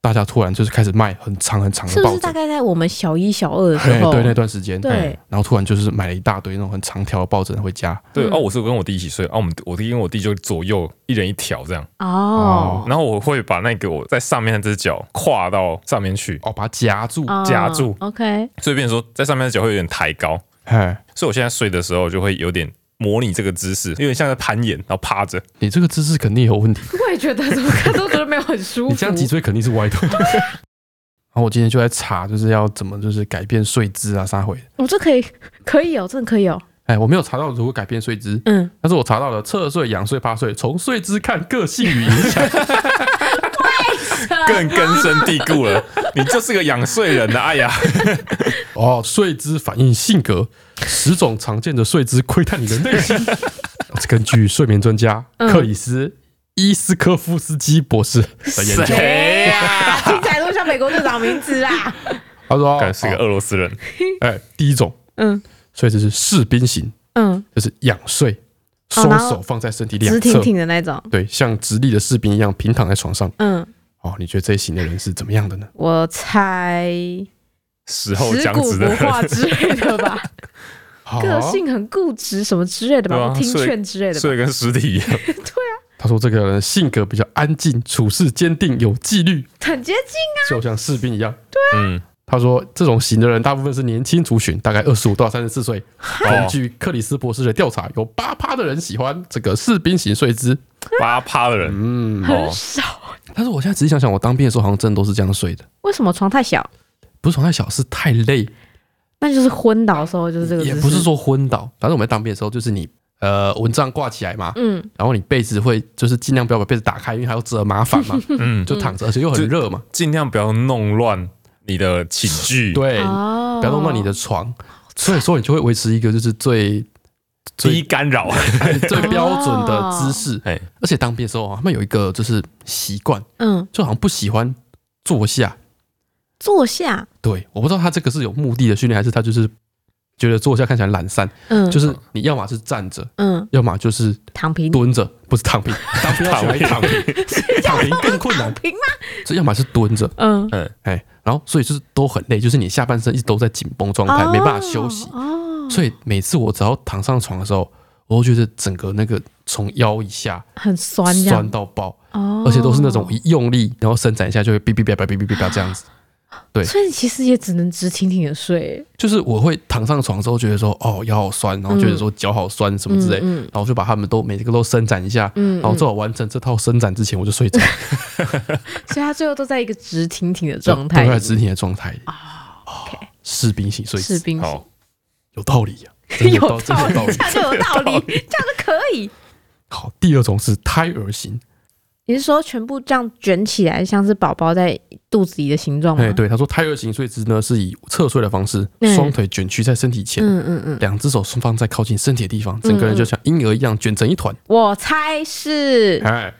大家突然就是开始卖很长嗯很长是的不报是纸大，概在我们小一、小二的时嘿候？对那段时间，对嘿然后突然就是买了一大堆那种很长条的报纸回家，对嗯哦，我是跟我弟一起睡，啊，我们我弟跟我弟就左右一人一条这样，哦，然后我会把那个我在上面那只脚跨到上面去，哦，把它夹住，哦夹住 OK，所以变成说在上面的脚会有点抬高，嘿，所以我现在睡的时候就会有点模拟这个姿势，有点像在攀岩，然后趴着，你这个姿势肯定有问题，我也觉得怎么看都觉得没有很舒服。你这样脊椎肯定是歪的。 然后我今天就在查，就是要怎么就是改变睡姿啊，啥回的。哦，这可以，可以哦，真的可以哦。哎，我没有查到如何改变睡姿，嗯，但是我查到了侧睡、仰睡、趴睡，从睡姿看个性与影响。更根深蒂固了。你就是个仰睡人呐、哎呀，哦，睡姿反映性格，十种常见的睡姿窥探你的内 心。这根据睡眠专家嗯克里斯伊斯科夫斯基博士的研究，谁啊啊呀、听起来都像美国队长名字啊。他说哦感觉是个俄罗斯人，哎，第一种嗯睡姿是士兵型，嗯，就是仰睡，哦双然后手放在身体两直挺侧，挺的那种。对，像直立的士兵一样平躺在床上。嗯，哦，你觉得这一型的人是怎么样的呢？我猜死后食僵骨直的不人，化之类的 吧，好个性很固执什么之类的吧，对啊我听劝之类的吧。睡得跟尸体一样。他说这个人性格比较安静，处事坚定，有纪律，很接近就像士兵一样。 嗯，他说，这种型的人大部分是年轻族群，大概二十五到三十四岁。根哦，据克里斯博士的调查，有八趴的人喜欢这个士兵型睡姿。八趴的人，嗯，哦很，少。但是我现在仔细想想，我当兵的时候好像真的都是这样睡的，为什么床太小？不是床太小，是太累，那就是昏倒的时候就是这个姿也势。不是说昏倒。反正我们在当兵的时候，就是你呃蚊帐挂起来嘛，嗯然后你被子会就是尽量不要把被子打开，因为还要遮麻 烦嘛，嗯，就躺着，而且又很热嘛，尽量不要弄乱你的寝具。，对，哦，哎不要弄乱你的床。所以说你就会维持一个就是最低干扰。最标准的姿势。哎，而且当兵的时候啊，他们有一个就是习惯，嗯就好像不喜欢坐下。坐下，对，我不知道他这个是有目的的训练，还是他就是觉得坐下看起来懒散。嗯，就是你要么是站着，嗯要么就是躺平，蹲着，不是躺平。 当兵要学会躺躺平， 躺平更困躺难。平吗？这要么是蹲着，嗯，哎，然后所以就是都很累，就是你下半身一直都在紧绷状态，没办法休息。哦，所以每次我只要躺上床的时候，我就觉得整个那个从腰以下很酸这样酸，到爆。哦，而且都是那种一用力，然后伸展一下就会哔哔叭叭哔哔哔叭这样子。对所以你其实也只能直挺挺的睡，就是我会躺上床之后觉得说，哦，腰好酸，然后觉得说脚好酸什么之类，嗯然后就把他们都每个都伸展一下，嗯，嗯然后做好完成这套伸展之前我就睡着，所以他最后都在一个直挺挺的状态都里在面，肢体的状态里。哦士兵型睡士姿兵好，有道理 呀、啊，真的有有道道理，真的有道这。理样就有道理，这样就可以。好，第二种是胎儿型，你是说全部这样卷起来，像是宝宝在肚子里的形状吗？哎，，对，他说胎儿型睡姿呢是以侧睡的方式，嗯双腿卷曲在身体前，嗯嗯嗯，两只手松放在靠近身体的地方，整个人就像婴儿一样卷成一团。我猜是哎，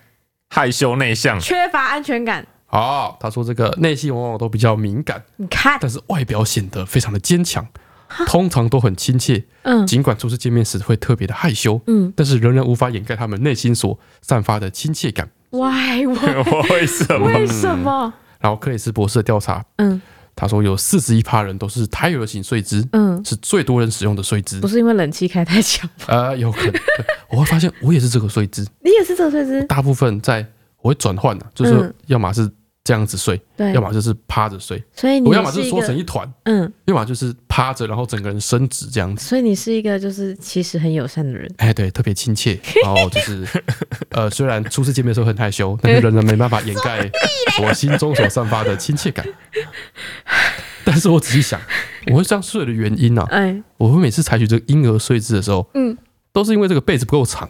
害羞内向， 缺乏安全感。好、他说这个内心往往都比较敏感，你看，但是外表显得非常的坚强，通常都很亲切。嗯尽管初次见面时会特别的害羞，嗯但是仍然无法掩盖他们内心所散发的亲切感。 ，why 我我为什么？为什么？然后克里斯博士的调查，嗯他说有四十一趴人都是胎儿型睡姿，嗯，是最多人使用的睡姿不。是因为冷气开太强吗？呃，有可能，对 我会发现我也是这个睡姿，你也是这个睡姿？大部分在我会转换的、啊就是说嗯要么是这样子睡，对要，么就是趴着睡，所以你我要么是是一缩成个一团，嗯，要么就是趴着，然后整个人伸直这样子。所以你是一个就是其实很友善的人。哎，对，特别亲切，然后就是，呃，虽然初次见面的时候很害羞，但是仍然没办法掩盖我心中所散发的亲切感。但是我仔细想，我会这样睡的原因啊，哎，我会每次采取这个婴儿睡姿的时候，嗯，都是因为这个被子不够长，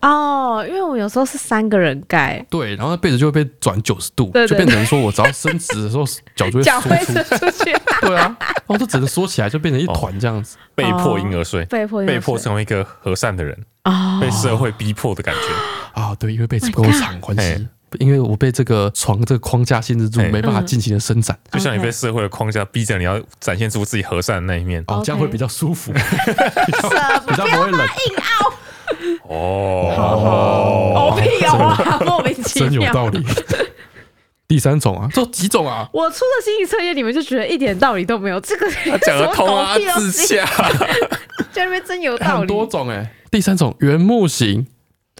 哦，因为我有时候是三个人盖，对，然后那被子就会被转九十度，对就对变成说我只要伸直的时候，脚就会脚缩会出伸，出去， 对啊，然后就只能缩起来，就变成一哦团这样子。被迫婴儿睡，哦被迫被迫成成为一个和善的人，哦，被社会逼迫的感觉。啊，对，因为被子不够，Oh My God 长关系哎，因为我被这个床这个框架限制住，哎没办法嗯尽情的伸展。就像你 OK 被社会的框架逼着，你要展现出自己和善的那一面。哦， OK 啊这样会比较舒服，比较比较不会冷。哦， 好好，哦屁哦，莫名其真有妙。道理。第三种啊，这几种啊？我出的心理测验，你们就觉得一点道理都没有，这个 他讲得通啊， 什么狗屁自东西哦洽，在那边真有道很理。多种哎、第三种原木型，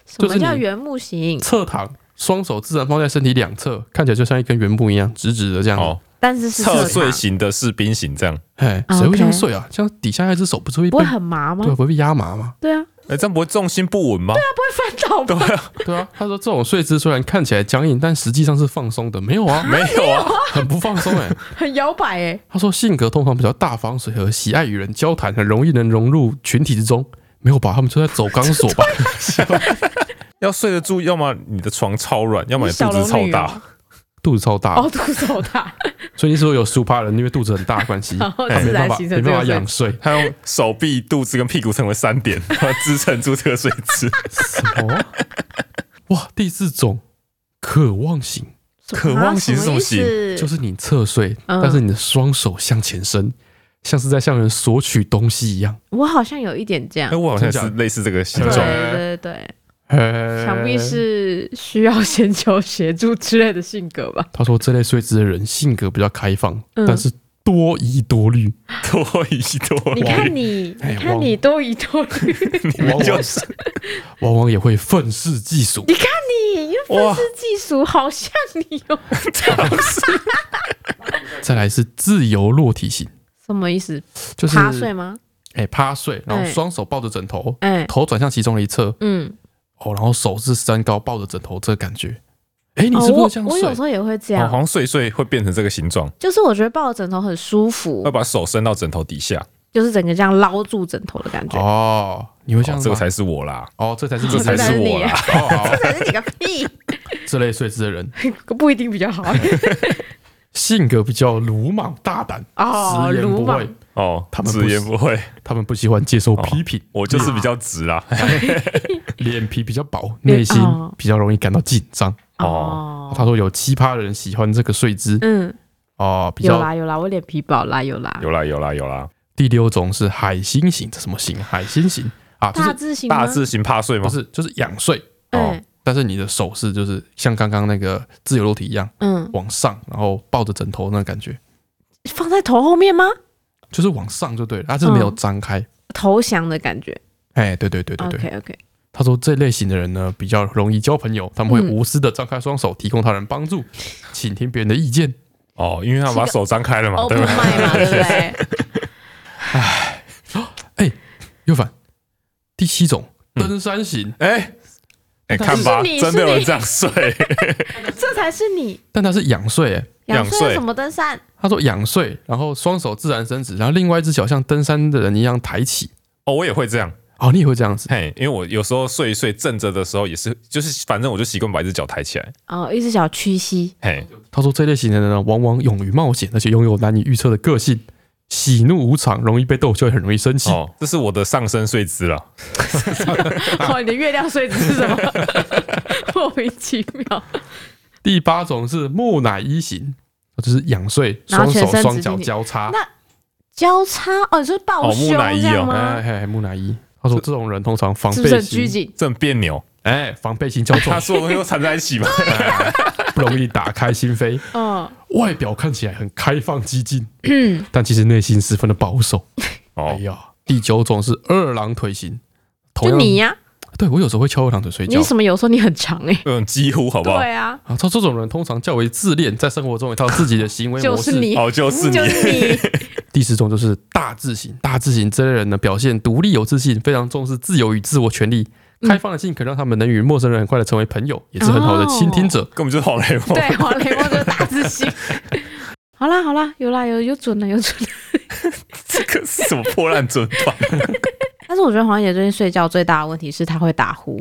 什就么是你叫原木型？侧躺，双手自然放在身体两侧，看起来就像一根原木一样，直直的这样。哦哦，，但是是侧睡睡型的士兵型这样，哎，谁会哦 OK 想睡啊？这样底下那只手不是会不被会很麻吗对啊，？不会被压麻吗？对啊，哎，这样不会重心不稳吗？不会翻倒对吗？啊，对啊，他说这种睡姿虽然看起来僵硬，但实际上是放松的。没有 啊，没有啊，很不放松哎、很摇摆哎，他说性格通常比较大方随和，喜爱与人交谈，很容易能融入群体之中。没有吧？他们就在走钢索吧？要睡得住，要么你的床超软，要么你你小肚龙子超女大哦，肚子超大，哦，肚子好大，所以那时候有苏帕人，因为肚子很大的 关系，然后他自没办然法，形成没这办个法睡 仰睡。他用手臂、肚子跟屁股成为三点， 然后支撑住这个睡姿。什么？哦哇，第四种渴望型，什么渴望型是什么型什意思就是你侧睡，嗯但是你的双手向前伸，像是在向人索取东西一样。我好像有一点这样哎，，我好像也真是假类似这个形对这种状，对对对，想想必是需要寻求协助之类的性格吧。他说这类睡姿的人性格比较开放，嗯但是多疑多虑，多疑多你虑，看你，哎你看忘你多疑多虑，你们就是往往也会愤世嫉俗。你看你，你哇愤世嫉俗，好像你哦，再来是自由落体型，什么意思？就是趴睡吗？哎趴睡，然后哎双手抱着枕头，哎，头转向其中的一侧，嗯，哦，然后手是三高抱着枕头，这个感觉。哎，你哦是不我是这样我睡有时？候也会这哦样好，像睡一睡会变成这个形状，就是我觉得抱着枕头很舒服会，把手伸到枕头底下。就是整个这样捞住枕头的感觉。哦，你会这样哦吗这个才是我啦，哦，这才是哦这才才这才是是是我啦。哦，好这才是你个屁，这类睡姿的人不一定比较好性格比较鲁莽大胆，哦。直言鲁不莽讳，哦，他们不直言不讳，他们不喜欢接哦受批评，我就是比较直啦。脸皮比较薄，脸 内心哦比较容易感到紧张。哦他说有奇葩的人喜欢这个睡姿嗯，哦，比有较啦有啦，我脸皮薄啦有啦，有啦有啦有啦，第六种是海星型，这什么型？海星型啊，就大是字型吗大字型怕睡吗不？是就是仰睡，哎但是你的手是就是像刚刚那个自由落体一样嗯，往上，然后抱着枕头那个感觉，放在头后面吗？就是往上就对了，它是没有嗯张开。投降的感觉。哎，对对对对对， OK OK，他说这类型的人呢比较容易交朋友，他们会嗯无私的张开双手，提供他人帮助，倾听别人的意见。哦，因为他把手张开了嘛，对 open 吧？ mind 嘛，对不对？又反第七种嗯登山型，哎哎，看吧，是你真的有是人你这样睡， 这才是你但他是仰睡、欸，仰仰睡睡什么登山？他说仰睡，然后双手自然伸直，然后另外一只脚像登山的人一样抬起。哦，我也会这样。哦，你也会这样子？嘿，因为我有时候睡一睡正着的时候也是，就是反正我就习惯把一只脚抬起来。哦，一只脚屈膝，嘿，他说这类型的人呢，往往勇于冒险，而且拥有难以预测的个性，喜怒无常，容易被逗笑，也很容易生气。哦，这是我的上身睡姿了。 哦，你的月亮睡姿是 什么？莫名其妙，第八种是木乃伊型，就是仰睡，然后双手全身双直脚立交叉。交叉哦，你说抱哦胸木乃伊这哦样吗哎？哎，木乃伊，他说这种人通常防是不是备很拘心，谨？这很别扭，哎，防备心较 重他，所有东西都缠在一起嘛。不容易打开心扉，嗯，外表看起来很开放激进，但其实内心十分的保守。哎哦，呀，第九种是二郎腿型，同就样你呀，对我有时候会翘二郎腿睡你觉为。什么有时候你很长哎？嗯，几乎好不好？对啊，啊，他这种人通常较为自恋，在生活中有一套自己的行 为模就式。是你，哦，就是你就。是你，第十种就是大字型，大字型这类人呢，表现独立有自信，非常重视自由与自我权利。开放的性可让他们能与陌生人很快的成为朋友，也是很好的倾听者。 根本就是好雷梦。对，黄雷梦就是大字型。 好啦好啦，有啦有有准了有准了，这个是什么破烂准法？但是我觉得黄姐最近睡觉最大的问题是她会打呼。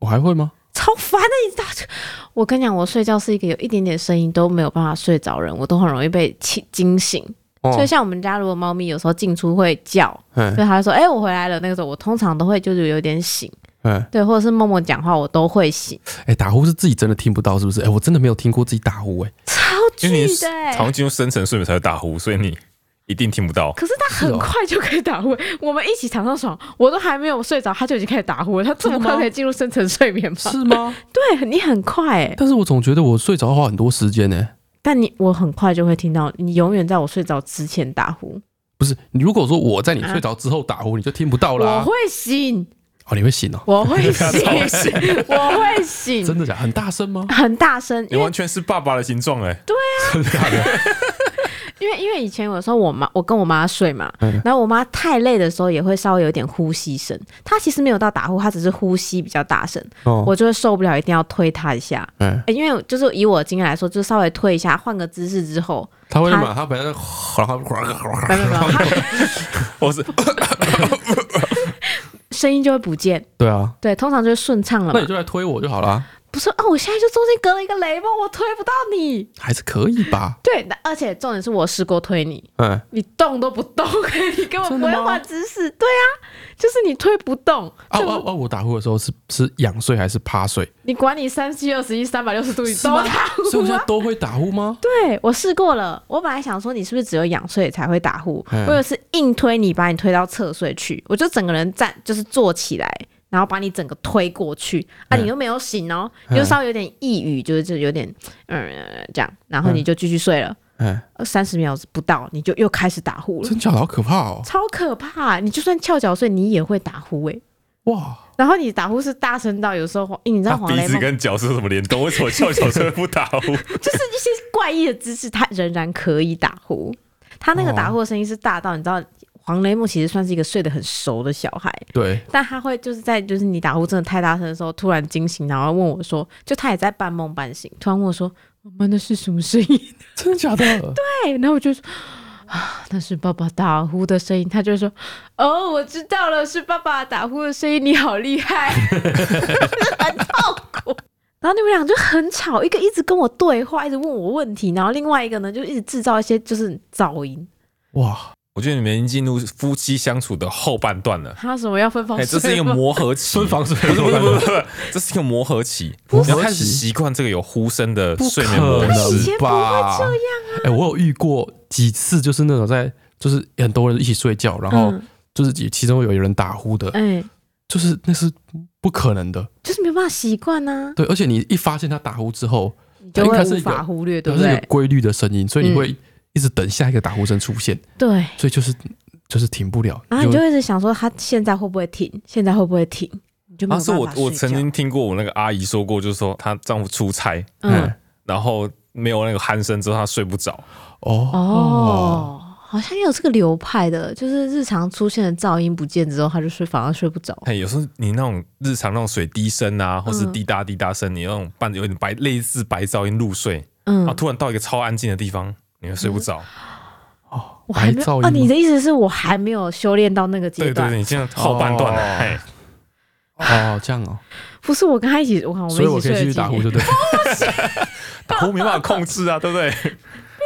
我还会吗？超烦的，你知道？我跟你讲，我睡觉是一个有一点点声音都没有办法睡着人，我都很容易被起惊醒。所以像我们家如果猫咪有时候进出会叫，哦嗯所以它会说：“哎、我回来了。”那个时候我通常都会就是有点醒，嗯，对，或者是默默讲话，我都会醒，哎、打呼是自己真的听不到，是不是？哎、我真的没有听过自己打呼、哎，超因为 巨你的、好像欸。进入深层睡眠才会打呼，所以你一定听不到。可是他哦很快就可以打呼，我们一起躺上床，我都还没有睡着，他就已经开始打呼了。他这么真的快吗可以进入深层睡眠吗？是吗？对你很快、欸，但是我总觉得我睡着要花很多时间呢、但你我很快就会听到，你永远在我睡着之前打呼，不是，你如果说我在你睡着之后打呼，你就听不到我啦。会醒，哦，你会醒哦？我会超 醒，我会醒，真的假的？很大声吗？很大声，你因为完全是爸爸的形状哎、真的假的？因为因为以前有时候我妈我跟我妈睡嘛嗯，然后我妈太累的时候也会稍微有点呼吸声，她其实没有到打呼，她只是呼吸比较大声，哦，我就会受不了，一定要推她一下。哎，欸因为就是以我的经验来说，就稍微推一下，换个姿势之后，他会他嘛？他本来哗哗哗哗没有没有没有，她我是声音就会不见。 对啊，对，通常就是顺畅了那嘛你。就来推我就好啦，不是哦，我现在就中间隔了一个雷梦，我推不到你。还是可以吧？对，那而且重点是我试过推你，嗯，你动都不动， 你根本真不的会吗换姿势。哦对啊，就是你推不动，啊就啊啊！我打呼的时候是是仰睡还是趴 睡？你管你三七二十一三百六十度，你是都吗 打呼所以我现啊在都会打呼吗？对我试过了。我本来想说你是不是只有仰睡才会打呼，嗯我有一次硬推你，把你推到侧睡去，我就整个人站就是坐起来。然后把你整个推过去啊，嗯你又没有醒哦，嗯你就稍微有点抑郁，就是就有点嗯这样，然后你就继续睡了，呃哎，三十秒不到你就又开始打呼了，真假的好可怕哦！超可怕、你就算翘脚睡，你也会打呼诶、欸哇，然后你打呼是大声到有时候黄，你知道他黄 鼻雷子梦跟脚是什么联动？为什么翘脚车不 打呼？就是一些怪异的姿势，他仍然可以打呼。他哦那个打呼的声音是大到你知道，黄雷梦其实算是一个睡得很熟的小孩，对，但他会就是在就是你打呼真的太大声的时候，突然惊醒，然后问我说，就他也在半梦半醒，突然问我说，我们那是什么声音？真的假 的？对，然后我就说啊，那是爸爸打呼的声音。他就说哦，我知道了，是爸爸打呼的声音。你好厉害， 很痛苦。然后你们俩就很吵，一个一直跟我对话，一直问我问题，然后另外一个呢就一直制造一些就是噪音。哇，我觉得你们已经进入夫妻相处的后半段了。他什么要分房哦哎、这是睡一个吗？磨合 期，分房睡不是不是不是不是，这是一个磨合期，磨合期你要开始习惯这个有呼声的不睡可眠模能式。吧？啊啊哎，我有遇过几次，就是那种在就是很多人一起睡觉，然后嗯，就是其其中有人打呼的，哎、就是那是不可能的。就是没有办法习惯呢，对，而且你一发现他打呼之后，哎你就哎应会该是无一个法忽略，对嗯它不是一个对？规律的声音，所以你会一直等下一个打呼声出现，对。所以就是就是停不了。啊然后你就一直想说，他现在会不会停？现在会不会停？你就没啊，有是办我法我睡曾觉经听过我那个阿姨说过，就是说她丈夫出差，哎嗯然后没有那个鼾声之后她睡不着，哦哦，哦，好像也有这个流派的，就是日常出现的噪音不见之后，他就睡反而睡不着。哎，有时候你那种日常那种水滴声啊，或是滴答滴答声，你那种伴着有点白类似白噪音入睡，嗯啊，，突然到一个超安静的地方，你会睡不着。我还没白有噪哦，音你的意思是我还没有修炼到那个阶对对段？对，你现在后半段了，哦哎，哦，这样哦，不是我跟他一起，我看我所们以一我起可以睡了继续几打呼，年对， 不对？打呼没办法控制啊，对不对？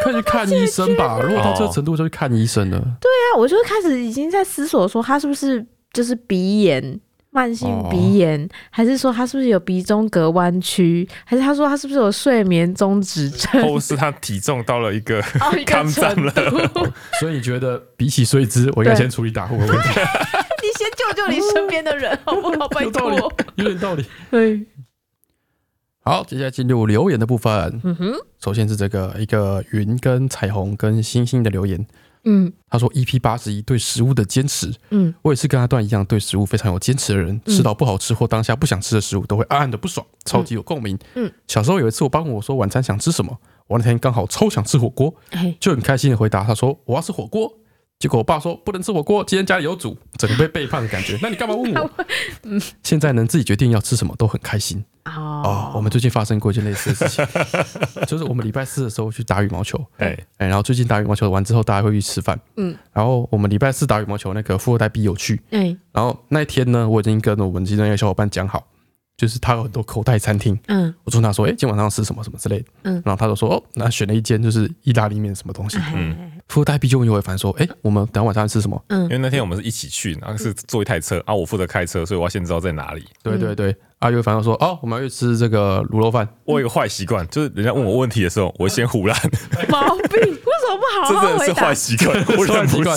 快去看医生 吧，如果到这个程度就去看医生了。对啊，我就开始已经在思索说，他是不是就是鼻炎？慢性鼻炎，还是说他是不是有鼻中隔弯曲，还是他说他是不是有睡眠中止症？ 哦或是他体重到了一个哦，一抗个战程了 度，所以你觉得比起睡姿，我应该先处理打呼的问题，你先救救你身边的人，好不好？拜 有道理托。 有点道理。对，好，接下来进入留言的部分。嗯哼，首先是这个一个云跟彩虹跟星星的留言，嗯他说 EP 八十一对食物的坚持，嗯，我也是跟阿段一样，对食物非常有坚持的人，嗯吃到不好吃或当下不想吃的食物，都会暗暗的不爽，超级有共鸣。嗯小时候有一次，我帮我说晚餐想吃什么，我那天刚好超想吃火锅，哎，就很开心的回答他说我要吃火锅。结果我爸说不能吃火锅，今天家里有煮，整个被背叛的感觉。那你干 嘛问我？现在能自己决定要吃什么，都很开心哦嗯哦，我们最近发生过一件类似的事情， 就是我们礼拜四的时候去打羽毛球，哎，哎，然后最近打羽毛球完之后，大家会去吃饭。嗯，然后我们礼拜四打羽毛球，那个富二代 B 有去。哎，然后那一天呢，我已经跟我们其中一个小伙伴讲好，就是他有很多口袋餐厅，嗯我就问他说，哎，今天晚上要吃什么什么之类的。嗯然后他就说，哦，那选了一间就是意大利面什么东西。嗯哎，富二代 B 就问尤伟凡说，哎，我们等下晚上要吃什么？嗯因为那天我们是一起去，然后是坐一台车啊，我负责开车，所以我要先知道在哪里。对对对。阿优反而说：“哦，我们要去吃这个卤肉饭。我有一个坏习惯，就是人家问我问题的时候，我先胡乱， 毛病，为什么哦不 好这好真的是回坏答？习惯，我忍不住，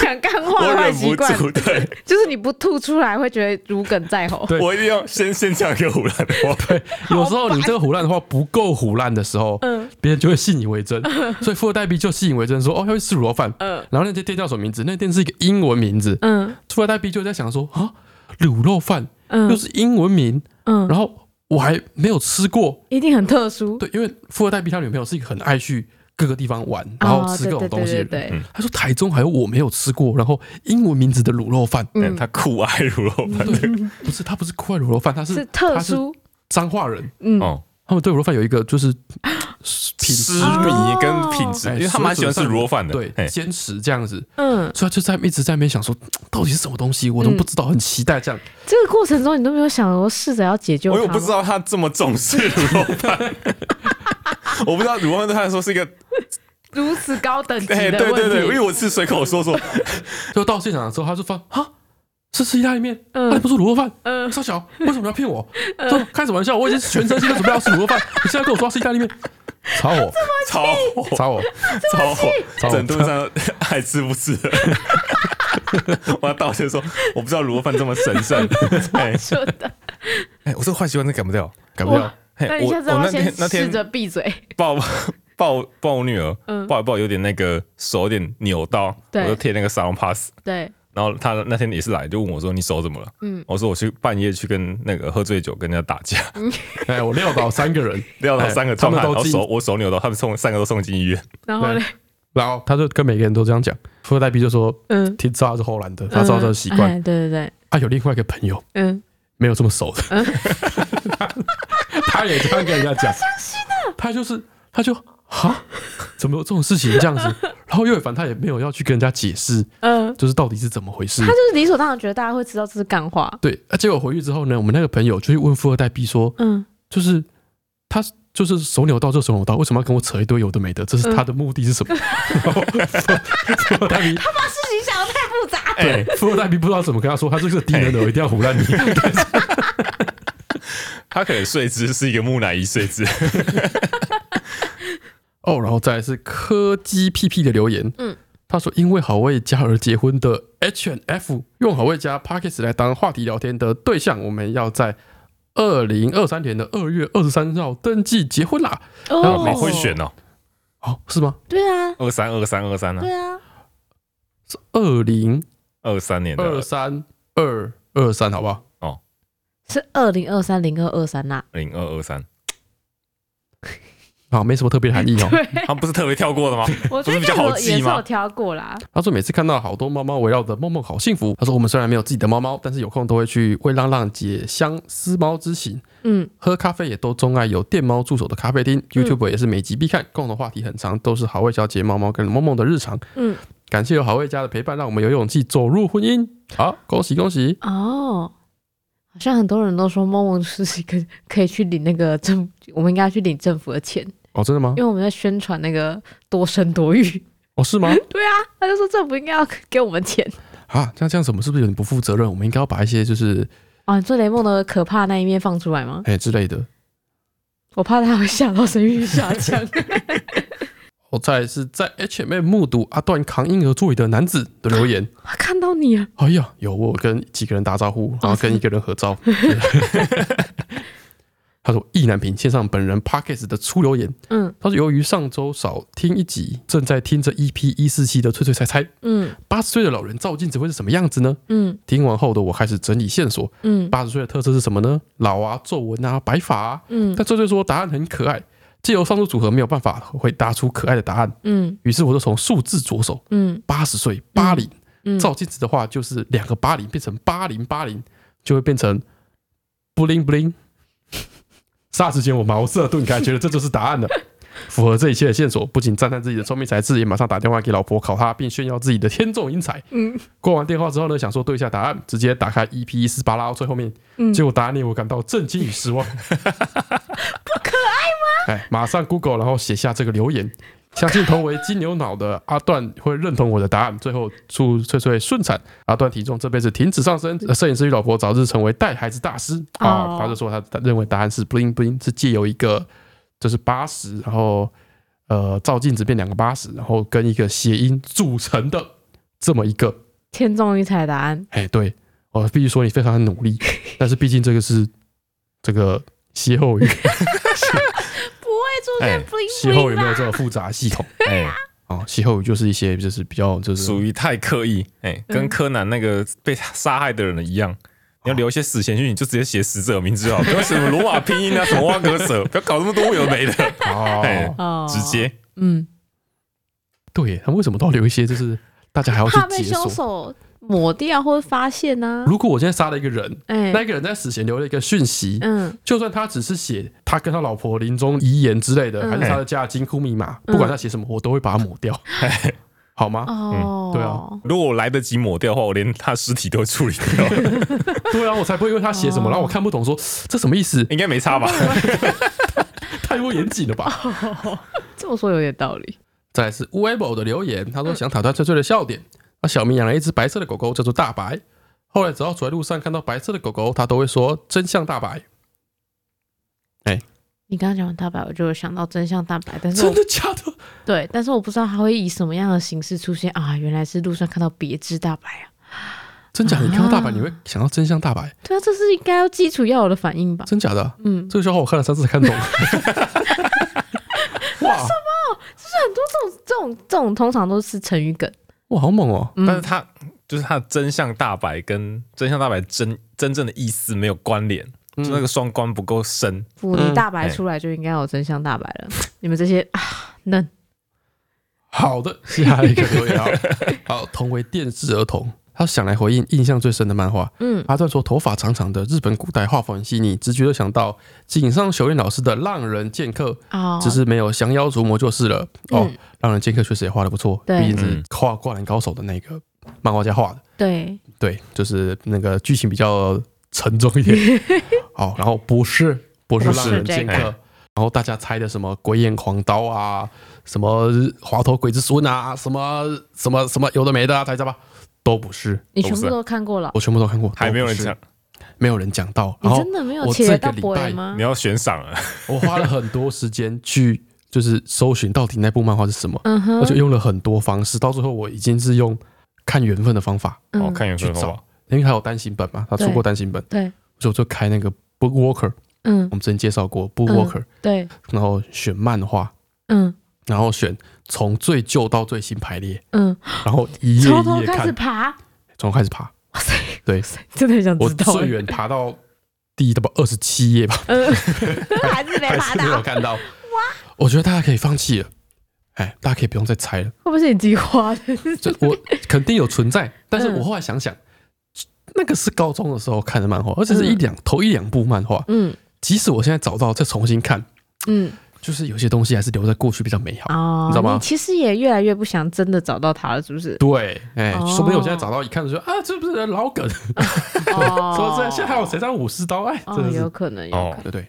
讲干话我的坏忍习不惯，住，对，就是你不吐出来会觉得如鲠在喉。对我一定要先先讲一个胡乱的话，对，”有时候你这个胡乱的话不够胡乱的时候，嗯嗯别人就会信以为真，所以富二代 B 就信以为真说：“哦，要去吃卤肉饭。”然后那间店叫什么名字？那店是一个英文名字。嗯富二代 B 就在想说：“啊，卤肉饭又嗯是英文名，嗯，然后我还没有吃过，一定很特殊。对，因为富二代 B 他女朋友是一个很爱去各个地方玩，然后吃各种东西的哦对对对人。对嗯他说台中还有我没有吃过，然后英文名字的卤肉饭，但哎他酷爱卤肉饭，对，不是他不是酷爱卤肉饭，他嗯是是特他是殊，彰化人，嗯，哦，他们对卤肉饭有一个就是品质，痴迷跟品质，哎因为他蛮喜欢吃卤肉饭的，对哎，坚持这样子，嗯，所以他就在一直在那边想说到底是什么东西，我都不知道，很期待这样。这个过程中你都没有想我试着要解救我他又吗，不知道他这么重视卤肉饭， 我不知道卤肉饭对他来说是一个，如此高等级的哎，问题。对对对，因为我是随口说说，就到现场的时候，他就发啊，是吃意大利面，嗯那、你不说卤肉饭？嗯少小，为什么要 骗我？说开什么玩笑？我已经全身心的准备要吃卤肉饭， 你现在跟我说要吃意大利面，吵我，超火吵我，超，超火火整顿上爱吃不吃 的。我要道歉说，我不知道卤肉饭这么神圣。哎说的， 哎，我这个坏习惯真改不掉。改不了哇。嘿那你我下哎我次要不那要先天那试天着闭嘴。抱 抱抱我女儿嗯，抱一抱有点那个手有点扭到，对我就贴那个 sound pass。对，然后她那天也是来，就问我说：“你手怎么了？”嗯我说：“我去半夜去跟那个喝醉酒跟人家打架， 哎，我撂倒三个 人，撂倒三个哎他壮们汉，然都后进手我手扭到，他们送三个都送进医院。然后嘞，哎然后他就跟每个人都这样讲。富二代 B 就说嗯，：“听知道他是荷兰的，他知道他的习惯。哎对对对，”他有另外一个朋友嗯，没有这么熟的， 他也这样跟人家讲，啊他就是他就哈，怎么有这种事情这样子？然后岳凡他也没有要去跟人家解释，嗯，就是到底是怎么回嗯事他。就是理所当然觉得大家会知道这是干话。对，啊，结果回去之后呢，我们那个朋友就去问富二代 B 说，嗯，就是他就是手扭到就手扭到，为什么要跟我扯一堆有的没的？这是他的目的是什么？然后富二代 B，把事情想的太复杂。哎，富二代 B 不知道怎么跟他说，他就是低能的，我一定要唬烂你。他可能睡姿是一个木乃伊睡 姿。哦，然后再来是柯基屁屁的留言，嗯嗯，他说因为好为家而结婚的 H and F 用好为家 Pockets 来当话题聊天的对象，我们要在。二零二三年的二月二十三号登记结婚啦！然后好会选哦，哦，是吗？对啊，二三二三二三啊，对啊，是二零二三年二的三二二三，好不好？是二零二三零二二三啊呐。零二二三，好，没什么特别的含义 哦。对，他们不是特别跳过的 吗？我不最是比较近好有也记是吗有挑过啦。他说每次看到好多猫猫围绕着梦梦，好幸福。他说我们虽然没有自己的猫猫，但是有空都会去为浪浪解相思猫之情，嗯，喝咖啡也都钟爱有电猫驻守的咖啡厅。YouTube 也是每集必看，共同话题很长，都是好味小姐、猫猫跟梦梦的日常。嗯，感谢有好味家的陪伴，让我们有勇气走入婚姻。好，恭喜恭喜！哦，好像很多人都说梦梦是一个可以去领那个政，我们应该去领政府的钱，哦，真的吗因？为我们在宣传那个多生多育。哦， 是吗？ 对啊，他就说政府应该要给我们钱。啊，这样这样子，我们是不是有点不负责任？我们应该要把一些就是啊，你说雷梦的可怕那一面放出来吗？哎、之类的。我怕他会吓到生育下 降。哦，再来是在 H M 目睹阿段扛婴儿座椅的男子的留 言。他看到你了，哎呀，有我有跟几个人打招 呼，然后跟一个人合照。 他说：“意难平，线上本人 Pockets 的初留言。嗯他说，由于上周少听一集，正在听着 EP 一四七的吹吹猜猜，嗯八十岁的老人照镜子会是什么样子呢？嗯听完后的我开始整理线索，嗯八十岁的特色是什么呢？老啊，皱纹啊，白发啊。嗯但这就说答案很可爱，借由上述组合没有办法回答出可爱的答案，嗯于是我就从数字着手，嗯八十岁八零。嗯，照镜子的话，就是两个八零变成八零八零，就会变成 bling bling。霎时间，我茅塞顿开，觉得这就是答案了。符合这一切的线索，不仅赞叹自己的聪明才智，也马上打电话给老婆考她，并炫耀自己的天纵英才。嗯挂完电话之后呢，想说对一下答案，直接打开 EP 一四八拉到最后面，嗯结果答案令我感到震惊与失望。不可爱吗？哎，马上 Google，然后写下这个留言，相信同为金牛脑的阿段会认同我的答案。最后祝翠翠顺产，阿段体重这辈子停止上升。呃摄影师与老婆早日成为带孩子大师啊！哦他就说他他认为答案是 bling bling，是借由一个就是八十，然后呃照镜子变两个八十，然后跟一个谐音组成的这么一个。天纵英才答案，哎，对我必须说你非常的努 力，但是毕竟这个是这个歇后 语，不会出哎现 bling 歇后 bling 语啦没有这么复杂系统。哎，哦，歇后语就是一些就是比较就是属于太刻意，哎，嗯跟柯南那个被杀害的人一样。你要留一些死前讯，你就直接写死者名字就好，不要什么罗马拼音啊，什么挖格 舍，不要搞那么多有的没的，哎哦哦，直接嗯，对他们为什么都要留一些就是大家还要去怕被解凶锁？手抹掉或发现呢、如果我现在杀了一个人，哎、那一个人在死前留了一个讯息，嗯就算他只是写他跟他老婆临终遗言之类的，嗯还是哎他的家的金库密码，嗯不管他写什么，我都会把它抹掉，哎好吗？哦、对啊，如果我来得及抹掉的话，我连他尸体都会处理掉， 对啊，我才不会因为他写什么，哦然后我看不懂，说这什么意思？应该没差吧？太过严谨了吧？这么说有点道理。再来是 Weibo 的留言，他说想打断翠翠的笑点。那小明养了一只白色的狗狗，叫做大白。后来只要走在路上看到白色的狗狗，他都会说真像大白。你刚刚讲完大白，我就有想到真相大白，但是真我的假的？对，但是我不知道它会以什么样的形式出现啊！原来是路上看到别致大白啊！真假的？啊你看到大白，你会想到真像大白？对啊，这是应该要基础要有的反应吧？真假的？嗯，这个笑话我看了三次才看懂。 哇这种这种通常都是成语梗，哇，好猛哦！嗯但是他就是他的真相大白跟真相大白真真正的意思没有关联，就那个双关不够深。腐泥嗯大白哎出来就应该有真相大白了。你们这些啊嫩好的，下一个留言啊。好，同为电视儿童，他想来回应印象最深的漫画。嗯阿段说，头发长长的日本古代画风很细腻，直觉就想到井上雄彦老师的《浪人剑客》。哦，只是没有降妖除魔就是了。哦，嗯让人剑客确实也画的不错，对毕竟嗯是画《灌篮高手》的那个漫画家画的。对对，就是那个剧情比较沉重 一点。好，然后不是不是不让是人这剑客，个然后大家猜的什么鬼眼狂刀啊，什么滑头鬼之孙啊，什么什么什么有的没的啊，大家吧，都不是，你都全不部是都看过了，我全部都看过，还没有人都不是讲，，没有人讲到。你然后真的没有我切哦这到个礼博拜人吗你？要悬赏啊了，我花了很多时间去，就是搜寻到底那部漫画是什么。嗯哼，而且哦用了很多方式，到最后我已经是用看缘分的方法，嗯哦，看缘去分好不找好？因为他有单行本嘛，他出过单行本，对，所以我就开那个 Book Walker，嗯我们之前介绍过 Book Walker，、对，然后选漫画，嗯然后选从最旧到最新排列，嗯，然后一页从一头页开始看，爬，从头开始爬，哇塞，对哇塞真的很想我知道最欸，远爬到第大概二十七页吧， 嗯，还是没还爬是没有到，看到。我觉得大家可以放弃了，哎，大家可以不用再猜了。会不会是你自己画的？这我肯定有存在，但是嗯我后来想想，那个是高中的时候看的漫画，而且是一两、头一两部漫画。嗯即使我现在找到再重新看，嗯，就是有些东西还是留在过去比较美好。哦，你知道吗？其实也越来越不想真的找到他了，是不是 对，哎、哦说不定我现在找到一看就说啊，这不是老梗，什哦么这现在还有谁在舞狮刀？哎，真哦，的有是，可能，有可哦能。对对，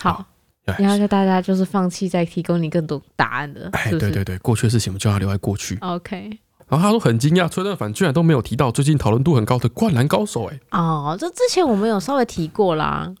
好，哎然后就大家就是放弃再提供你更多答案的，哎，是不对是对对，过去的事情我们就要留在过去。 ？OK，然后他说很惊讶，崔振凡居然都没有提到最近讨论度很高的《灌篮高手》，哎，哦，这之前我们有稍微提过啦，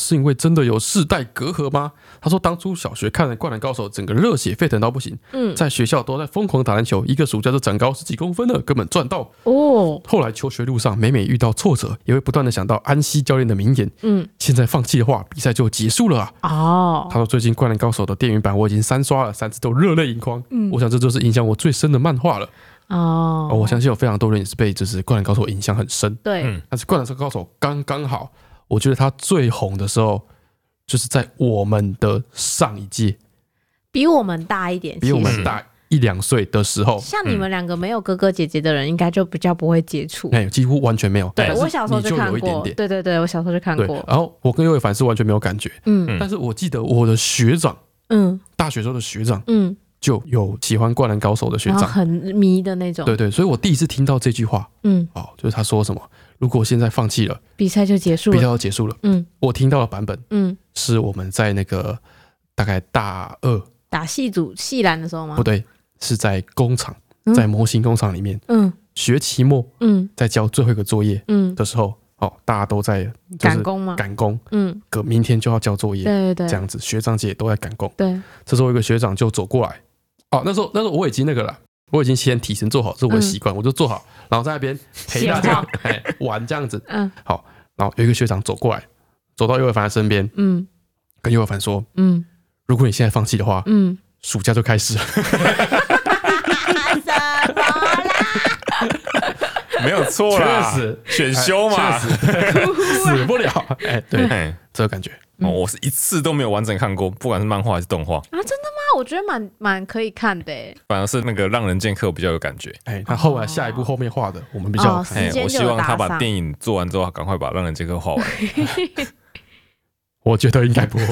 是因为真的有世代隔阂吗？他说当初小学看了《灌篮高手》，整个热血沸腾到不行，嗯，在学校都在疯狂打篮球，一个暑假就长高十几公分了，根本赚到。哦，后来求学路上，每每遇到挫折，也会不断的想到安西教练的名言：嗯，现在放弃的话，比赛就结束了啊！哦，他说最近《灌篮高手》的电影版我已经三刷了，三次都热泪盈眶。嗯我想这就是影响我最深的漫画了。哦哦，我相信有非常多人也是被就是《灌篮高手》影响很深，对，嗯但是《灌篮高手》刚刚好，我觉得他最红的时候。就是在我们的上一届，比我们大一点，比我其们嗯实大一两岁的时候，像你们两个没有哥哥姐姐的人，应该就比较不会接触。哎、几乎完全没有。对但是我小时候你就看有一点过，点。对对对，我小时候就看对过，，然后我跟尤伟凡是完全没有感觉，嗯嗯但是我记得我的学长，嗯大学时候的学长嗯，就有喜欢《灌篮高手》的学然后长，啊很迷的那种，对对，所以我第一次听到这句话，嗯，哦，就是他说什么，如果现在放弃了，比赛就结束比赛了，要结束了，嗯我听到的版本嗯，是我们在那个大概大二打戏组戏篮的时候吗不？对，是在工厂，啊嗯在模型工厂里面，嗯学期末嗯在交最后一个作业嗯，的时候，哦，大家都在就是赶工吗？赶工，嗯，隔明天就要交作业，对对这对样子，学长姐也都在赶工。对，这时候有一个学长就走过来，哦，那时候那时候我已经那个了，我已经先提前做好，这是嗯我的习惯，我就做好，然后在那边陪大闲家晃 哎玩这样子。嗯然后有一个学长走过来，走到尤尔凡的身边，嗯跟尤尔凡说嗯：“如果你现在放弃的话，嗯，暑假就开始了。没有错啦，确实哎选修嘛，确 死不了。”哎，对，哎，这个感觉。嗯哦，我是一次都没有完整看过，不管是漫画还是动画，啊 那我觉得蛮蛮可以看的欸， 反而是那个《让人剑客》我比较有感觉。哎，他后来下一步后面画的，我们比较哦好看。哎时，间我就希有望他打把赏电影做完之后，赶快把《让人剑客》画完。我觉得应该不会。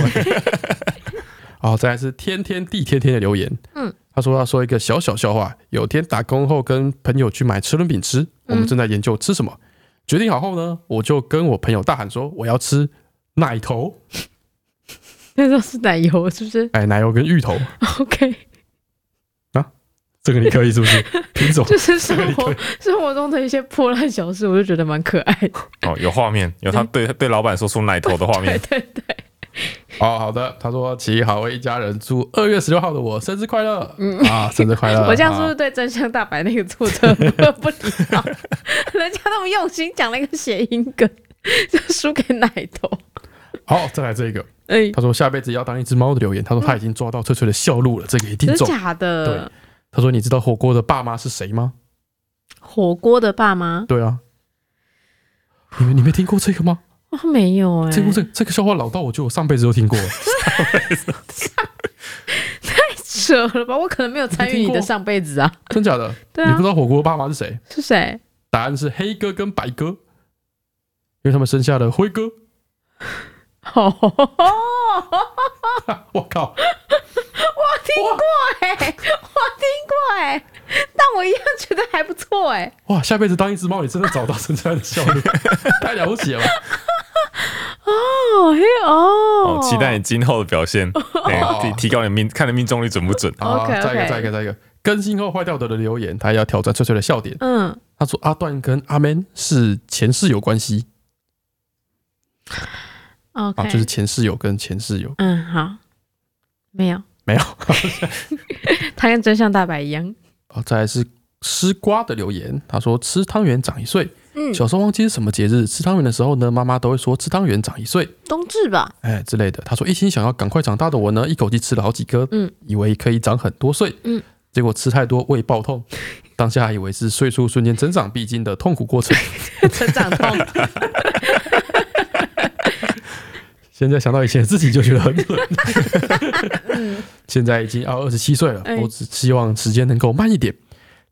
好，再来是天天地天天的留言。嗯，他说要说一个小小笑话。有天打工后跟朋友去买车轮饼吃，我嗯们正在研究吃什么，决定好后呢，我就跟我朋友大喊说我要吃奶头，那都是奶油是不是 哎，奶油跟芋头， ？OK，这个你可以是不 是？品种就是生活生活中的一些破烂小事，我就觉得蛮可爱的。哦，有画面，有他对对老板说出奶头的画对面。对对，哦，好的。他说齐好一家人，祝二月十六号的我生日快乐，啊，生日快乐。嗯 我这样是不啊是对《真相大白》那个作者不礼貌？人家那么用心讲了一个谐音梗， 就输给奶头。好，再来这一个。哎，他说下辈子要当一只猫的留言。他说他已经抓到翠翠的笑路了，这个一定真中。假的？他说：“你知道火锅的爸妈是谁吗火锅的爸妈？”？对啊，你们你没听过这个吗？哦，没有哎、这个这个这个笑话老到我觉得我上辈子都听过了。 扯了吧？我可能没有参与你的上辈子啊。真假的？对你啊不知，道火锅的爸妈是谁？是谁？ 答案是黑哥跟白哥，因为他们生下了辉哥。哦，我哈我靠！听过哎、我听过哎、但我一样觉得还不错哎、哇，下辈子当一只猫，你真的找到生下的笑 路，太了不起了吧！哦嘿哦哦，期待你今后的表现，哎，哦提提高你命，看你命中率准不 准。啊 OK，OK 再一个，再一个，再一个，更新后坏掉的人留言，他要挑战翠翠的笑点。嗯，他说阿段跟阿 Man 是前室友关系 OK，、啊，就是前室友跟前室友嗯好，没有，没有。他跟真相大白一样，哦，再来是吃瓜的留言，他说吃汤圆长一岁。嗯，小时候忘记是什么节日，吃汤圆的时候呢，妈妈都会说吃汤圆长一岁，冬至 吧，哎之类的。他说一心想要赶快长大的我呢，一口气吃了好几颗，嗯，以为可以长很多岁，嗯，结果吃太多胃爆痛，当下还以为是岁数瞬间增长必经的痛苦过程，成长痛，现在想到以前自己就觉得 很蠢。现在已经啊要二十七岁了哎，我只希望时间能够慢一点。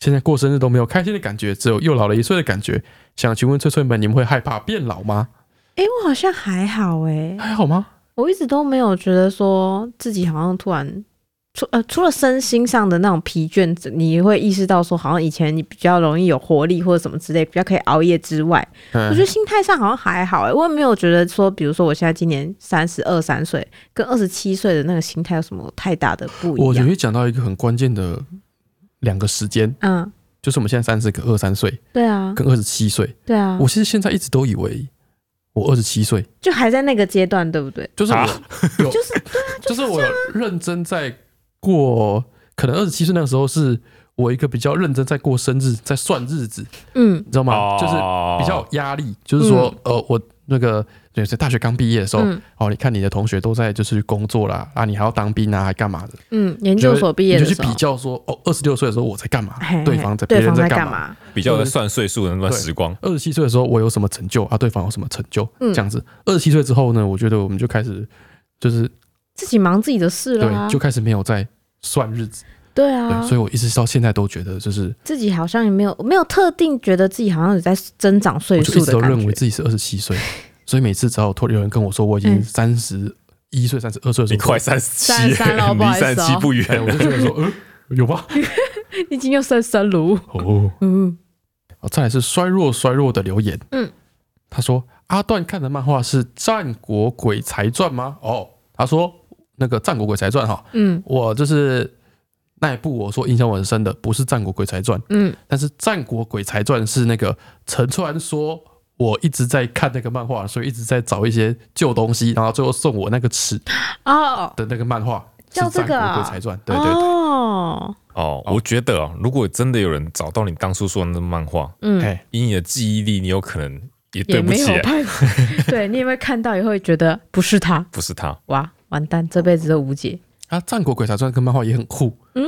现在过生日都没有开心的感觉，只有又老了一岁的感觉。想请问翠翠们，你们会害怕变老吗？哎、我好像还好哎、还好吗？我一直都没有觉得说自己好像突然除呃除了身心上的那种疲倦，你会意识到说好像以前你比较容易有活力或者什么之类，比较可以熬夜之外，我觉嗯得，心态上好像还好哎、我也没有觉得说，比如说我现在今年三十二三岁，跟二十七岁的那个心态有什么太大的不一我觉样。得讲到一个很关键的两个时间，嗯，就是我们现在三十跟二三岁对啊，跟二十七岁。对啊我，其实现在一直都以为我二十七岁，就还在那个阶段，对不对？就是我啊有就是 就是我认真在过，可能二十七岁那个时候是我一个比较认真在过生日，在算日子，嗯你知道吗？哦就是比较有压力，就是说，呃，我那个对，在大学刚毕业的时候，嗯哦，你看你的同学都在就是工作啦，啊，你还要当兵啊，还干嘛的？嗯，研你就究会所毕业你的就去时候比，较说，哦，二十六岁的时候我在干嘛嘿嘿？对方在别对人方在干干嘛？嘛？比较在算岁数的那段时光，二十七岁的时候我有什么成就啊？对方有什么成就？嗯这样子，二十七岁之后呢，我觉得我们就开始就是自己忙自己的事了、啊对，就，开始没有在算日子。对对，啊，所以我一直到现在都觉得，就是自己好像也没有没有特定觉得自己好像有在增长岁我就一数直的都感认为觉。 自己是二十七岁，所以每次只要突有人跟我说我已经嗯三十一岁、三十二岁的时你候，快三十七，三十三了离不好意思 哦三十七不远哎，我了就。觉得说，嗯，有吧？已经又升三炉， 哦，嗯，哦再来是衰弱衰弱的留言，嗯，他说阿段看的漫画是《战国鬼才传》吗？哦，他说那个《战国鬼才传》哈，嗯我就是那一部我说印象我很深的，不是《战国鬼才传》，嗯，但是《战国鬼才传》是那个陈川说，我一直在看那个漫画，所以一直在找一些旧东西，然后最后送我那个尺哦的那个漫画，是叫《这战个啊国鬼才传》，对对对，哦，哦，我觉得哦，如果真的有人找到你当初说的那漫画，嗯，哎，以你的记忆力，你有可能也对也不没有起来，办法， 对你有没有看到以后会觉得不是他？不是他。哇，完蛋，这辈子都无解。啊，《战国鬼才传》跟漫画也很酷，嗯，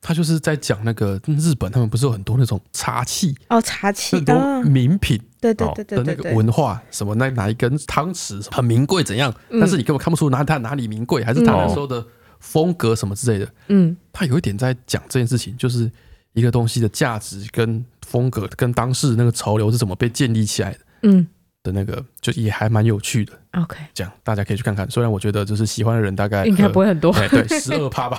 他就是在讲那个日本，他们不是有很多那种茶器，哦，茶器很多名品对对对对对的对对那个对，文化，什么那哪一根汤匙很名贵怎样，嗯但是你根本看不出哪它哪里名贵，还是他那时候的风格什么之类的。嗯他有一点在讲这件事情，就是一个东西的价值跟风格跟当时那个潮流是怎么被建立起来的嗯的那个，就也还蛮有趣的。 ，OK，这样大家可以去看看，虽然我觉得就是喜欢的人大概应该不会、会很多。呃、对对十二趴吧。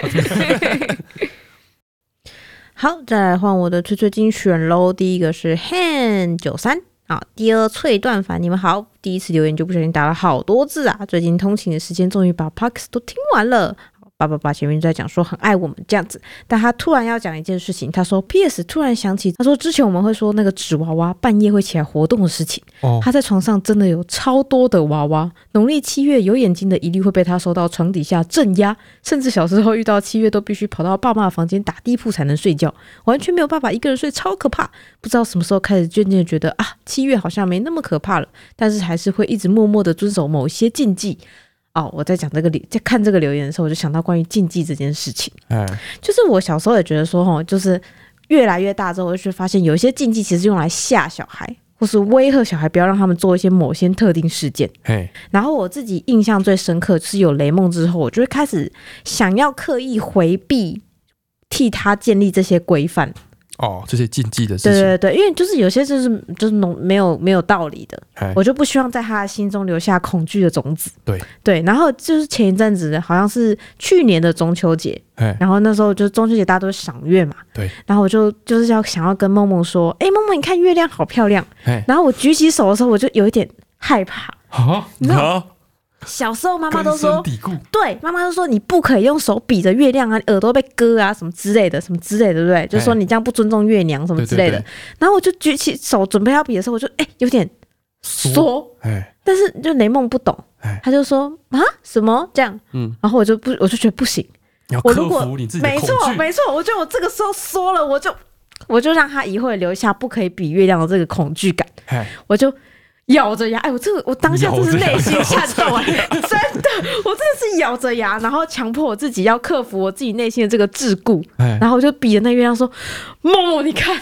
好，再来换我的最最精选喽。第一个是 Han 九三啊，第二翠段凡，你们好。第一次留言就不小心打了好多字啊，最近通勤的时间终于把 p o d c a s 都听完了。好爸爸爸前面就在讲说很爱我们这样子，但他突然要讲一件事情，他说 P.S. 突然想起，他说之前我们会说那个纸娃娃半夜会起来活动的事情，哦， 他在床上真的有超多的娃娃。农历七月有眼睛的一律会被他收到床底下镇压，甚至小时候遇到七月都必须跑到爸妈房间打地铺才能睡觉，完全没有办法一个人睡，超可怕。不知道什么时候开始渐渐地觉得啊，七月好像没那么可怕了，但是还是会一直默默的遵守某些禁忌。哦，我在讲这个留在看这个留言的时候，我就想到关于禁忌这件事情。哎，就是我小时候也觉得说，哈，就是越来越大之后，我就去发现有一些禁忌其实用来吓小孩，或是威吓小孩，不要让他们做一些某些特定事件。嘿，然后我自己印象最深刻是有雷梦之后，我就会开始想要刻意回避。替他建立这些规范，哦，这些禁忌的事对情，对对，因为就是有些就是就是农没有没有道理的，哎，我就不希望在他的心中留下恐惧的种子。对对，然后就是前一阵子好像是去年的中秋节，哎，然后那时候就中秋节大家都赏月嘛，对，然后我就就是要想要跟梦梦说，哎、梦梦你看月亮好漂亮，哎，然后我举起手的时候我就有一点害怕，啊，你知道啊，小时候妈妈都根深说，蒂固，对，妈妈都说你不可以用手比着月亮啊，耳朵被割啊什么之类的，什么之类的，对不对？就说你这样不尊重月娘什么对之对类的对，，然后我就举起手准备要比的时候，我就哎、诶有点缩，缩，哎，但是就雷梦不懂哎，他就说啊什么这样，嗯，然后我就不我就觉得不行。你要我克如果服你自己的没恐错，惧，没错，我觉得我这个时候说了，我就我就让他一会儿留下不可以比月亮的这个恐惧感，哎，我就咬着牙，哎，我这个我当下真是内心颤抖，哎， 真的，我真的是咬着牙，然后强迫我自己要克服我自己内心的这个桎梏，哎，然后我就比着那月亮说：“梦梦，你看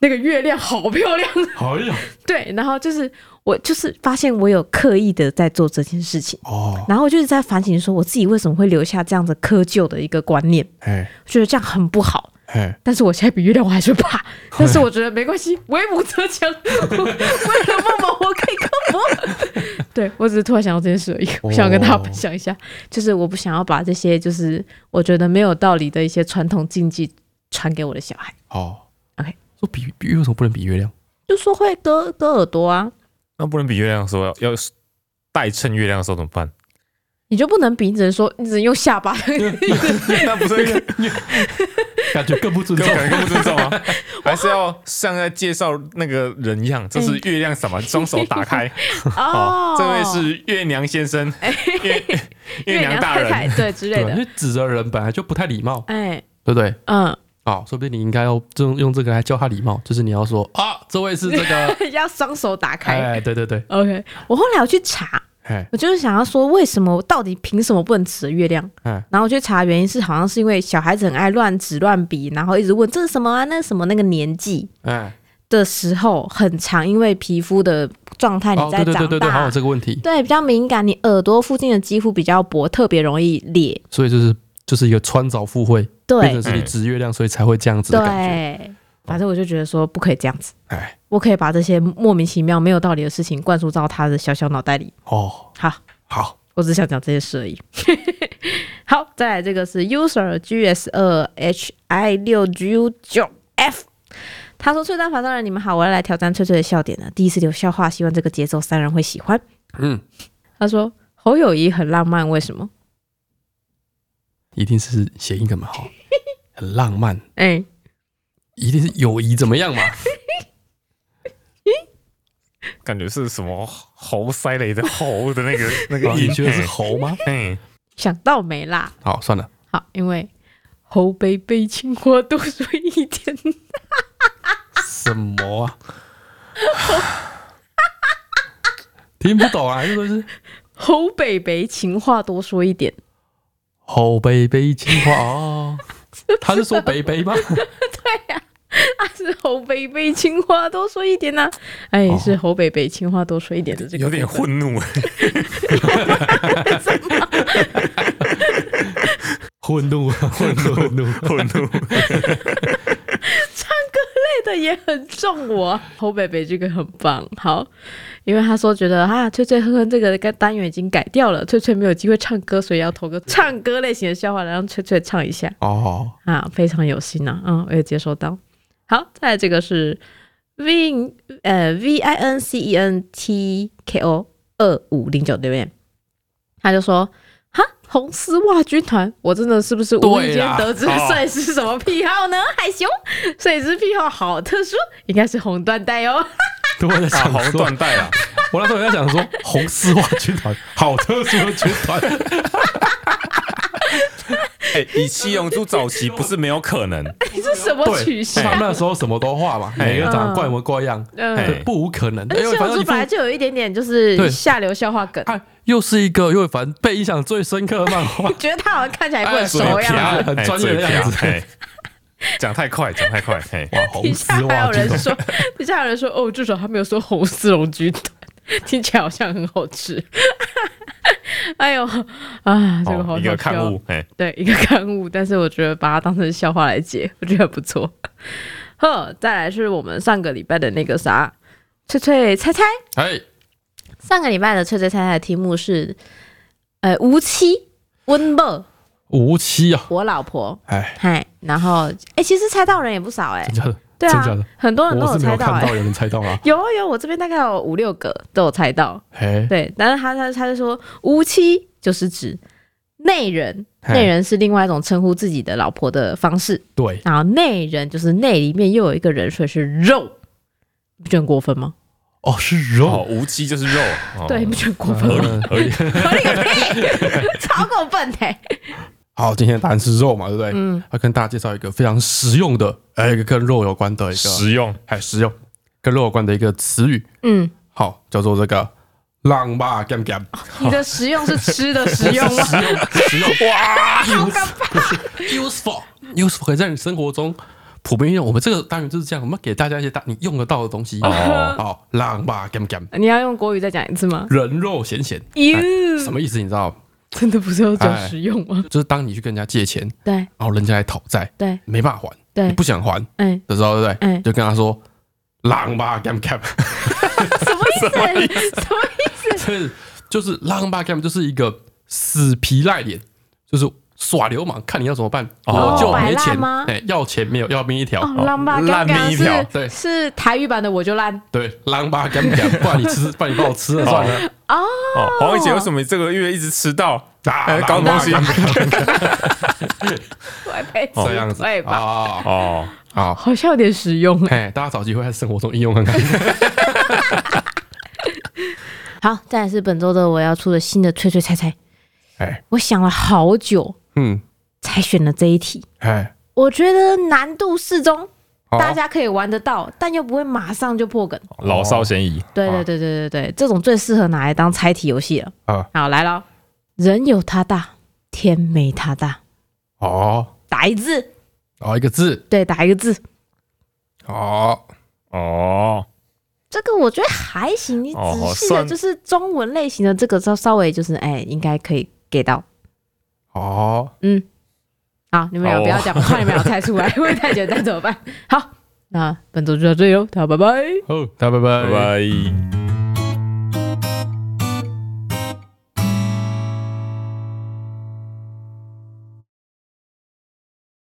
那个月亮好漂亮。啊哎呀，” 对，然后就是我就是发现我有刻意的在做这件事情。哦，然后我就是在反省，说我自己为什么会留下这样子窠臼的一个观念，哎，觉得这样很不好。哎，但是我现在比月亮我还是会 怕，但是我觉得没关系，为母则强，我为了梦梦我可以克服。 对我只是突然想到这件事而已，哦我想跟大家分享一下，就是我不想要把这些就是我觉得没有道理的一些传统禁忌传给我的小孩，哦 OK 说比比为什么不能比 月亮？就说会割割耳朵啊，那不能比月亮的时候要要代称月亮的时候怎么办？你就不能比，你只能说你只能用下巴。那不是 感觉更不尊更重可。能更不尊重啊？ 还是要像在介绍那个人一样，这是月亮什么？双手打开， 哦，这位是月娘先 生，月月娘大太太 人，对之类对，因的，为指责人本来就不太礼貌，哎对不对？嗯， 哦，说不定你应该要用用这个来教他礼貌，就是你要说啊，这位是这 个，要双手打开。哎，对对对， OK，我后来我去查，哎我就是想要说，为什么到底凭什么不能指月亮？哎，然后我去查，原因是好像是因为小孩子很爱乱指乱比，然后一直问这是什么啊，那是什么那个年纪哎，的时候，很长，因为皮肤的状态你哦，在对对对长对对，好像大，有这个问题，对比较敏感，你耳朵附近的肌肤比较薄，特别容易裂。所以就是就是一个穿凿附会，变对成是你指月亮，所以才会这样子的感觉。对，反正我就觉得说不可以这样子，哎，我可以把这些莫名其妙、没有道理的事情灌输到他的小小脑袋里。哦，好，好，我只想讲这些事而已。 好，再来这个是 user gs 二 h i 六 gu 九 f。他说：“翠蛋法当然，你们好，我要来挑战翠翠的笑点了。第一次留笑话，希望这个节奏三人会喜欢。嗯，”他说：“侯友谊很浪漫，为什么？一定是谐音梗嘛，好，很浪漫，哎、一定是友谊怎么样 嘛？啊感觉是什么猴塞雷 的猴的那个那个啊音你，觉得是哎猴吗？哎，想到没啦？好，算了，好，因为侯北被青花多说一点，什么啊？ 听不懂啊，这都是侯北北情话多说一点，猴北北青花哦。他是说北北吗？ 啊，是侯北北情话多说一点呐、哎、哦是侯北北情话多说一点的这个有点混怒， 混怒，啊混怒，混怒， 混 怒，配的也很重我。侯北北这个很棒，好，因为他说觉得啊，翠翠哼哼这个单元已经改掉了，翠翠没有机会唱歌，所以要投个唱歌类型的笑话来让翠翠唱一下 哦，啊，非常有心呐、嗯，我也接收到。好，再来这个是 Vin 呃 V I N C E N T K O 二五零九对不对？他就说。哈，红丝袜军团，我真的是不是无意对间啦得知哦摄影师什么癖好呢？海熊，摄影师癖好好特殊，应该是红缎带哦。对，我在大想红说缎，带啊，我那时候也在想说，红丝袜军 团好特殊的军团， 哎，以七龙珠早期不是没有可能，你是什么取 他们向？那时候什么都画嘛，哎每个长得怪模怪样，嗯，哎对，不无可能。而因且为小反正猪一副本来就有一点点就是对下流笑话梗，，哎，又是一个，因为反正被影响最深刻的漫 画觉得他好像看起来不很熟嘴一样。哎瓢，很专业的样子哎，嘴瓢哎讲太快，讲太快，哎，哇，底红丝下还袜有军人团，说，底下还有人说，哦，至少他没有说红丝绒军团，听起来好像很好吃。 哎呦啊，这个哦好一搞笑个刊。物，哎，对，一个刊物，但是我觉得把它当成笑话来解，我觉得不错。呵，再来是我们上个礼拜的那个啥，翠翠猜猜，哎，上个礼拜的翠翠猜猜的题目是，呃，无妻温布，无期啊，我老婆，哎，嗨，然后哎、其实猜到人也不少哎、真假的，对真假啊的，很多人都我有是没猜有到哎、看到有人猜到啦， 有啊有，我这边大概有五六个都有猜到，哎，对，但是他他他就说无妻就是指内人，嘿内人是另外一种称呼自己的老婆的方式，对，然后内人就是内里面又有一个人，所以是肉，你不觉得很过分吗？哦，是哦，肉，无鸡就是肉，哦对，你不觉得很过分吗？嗯合理，合理个屁， 超过分哎、 好，今天的答案是肉嘛，对不对？嗯，要跟大家介绍一个非常实用的，哎，一个跟肉有关的一个，实用，哎，实用，跟肉有关的一个词语，嗯，好，叫做这个浪霸 gam gam，你的实用是吃的实用吗？ 实用，哇，useful useful 可以在你生活中普遍应用。我们这个单元就是这样，我们给大家一些大你用得到的东西。哦好，浪吧 gam gam， 你要用国语再讲一次吗？人肉咸咸，哟，哎什么意哎思？你知道，真的不是要讲实用吗？就是当你去跟人家借钱，对然后人家来讨债，对没办法还，你对，不想还哎，的时候，对不对？嗯就跟他说浪吧 gam gam， 什么意思？什么意就是就是浪吧 gam 就是一个死皮赖脸，就是耍流氓，看你要怎么办，哦我就摆没烂钱吗，哎，要钱没有，要命一条。哦，浪吧，刚烂刚命一条是对是台语版的我就烂，对，狼吧，敢不敢？ 不然你吃，不然你帮我吃了算了。哦，黄奕姐为什么这个月一直迟到？啊哎，搞什么东西？我被哦这样子对吧？啊，哦，好，好像有点实用哎。哎，大家找机会在生活中应用看看。好，再来是本周的我要出的新的吹吹猜猜，哎，我想了好久嗯，才选了这一题，哎，我觉得难度适中，好大家可以玩得到，但又不会马上就破梗。老少咸宜，对好对对对对对，这种最适合拿来当猜题游戏了。啊，好，来了，人有他大，天没他大，哦，打一字，哦，一个字，对，打一个字。哦，哦，这个我觉得还行，你哦仔细的算就是中文类型的这个稍稍微就是哎，应该可以给到。哦，嗯，好，你们俩好哦不要讲，怕你们俩猜出来， 因为太简单怎么办？好，那本周就到这里喽，大家拜拜。哦，大家拜拜，拜拜。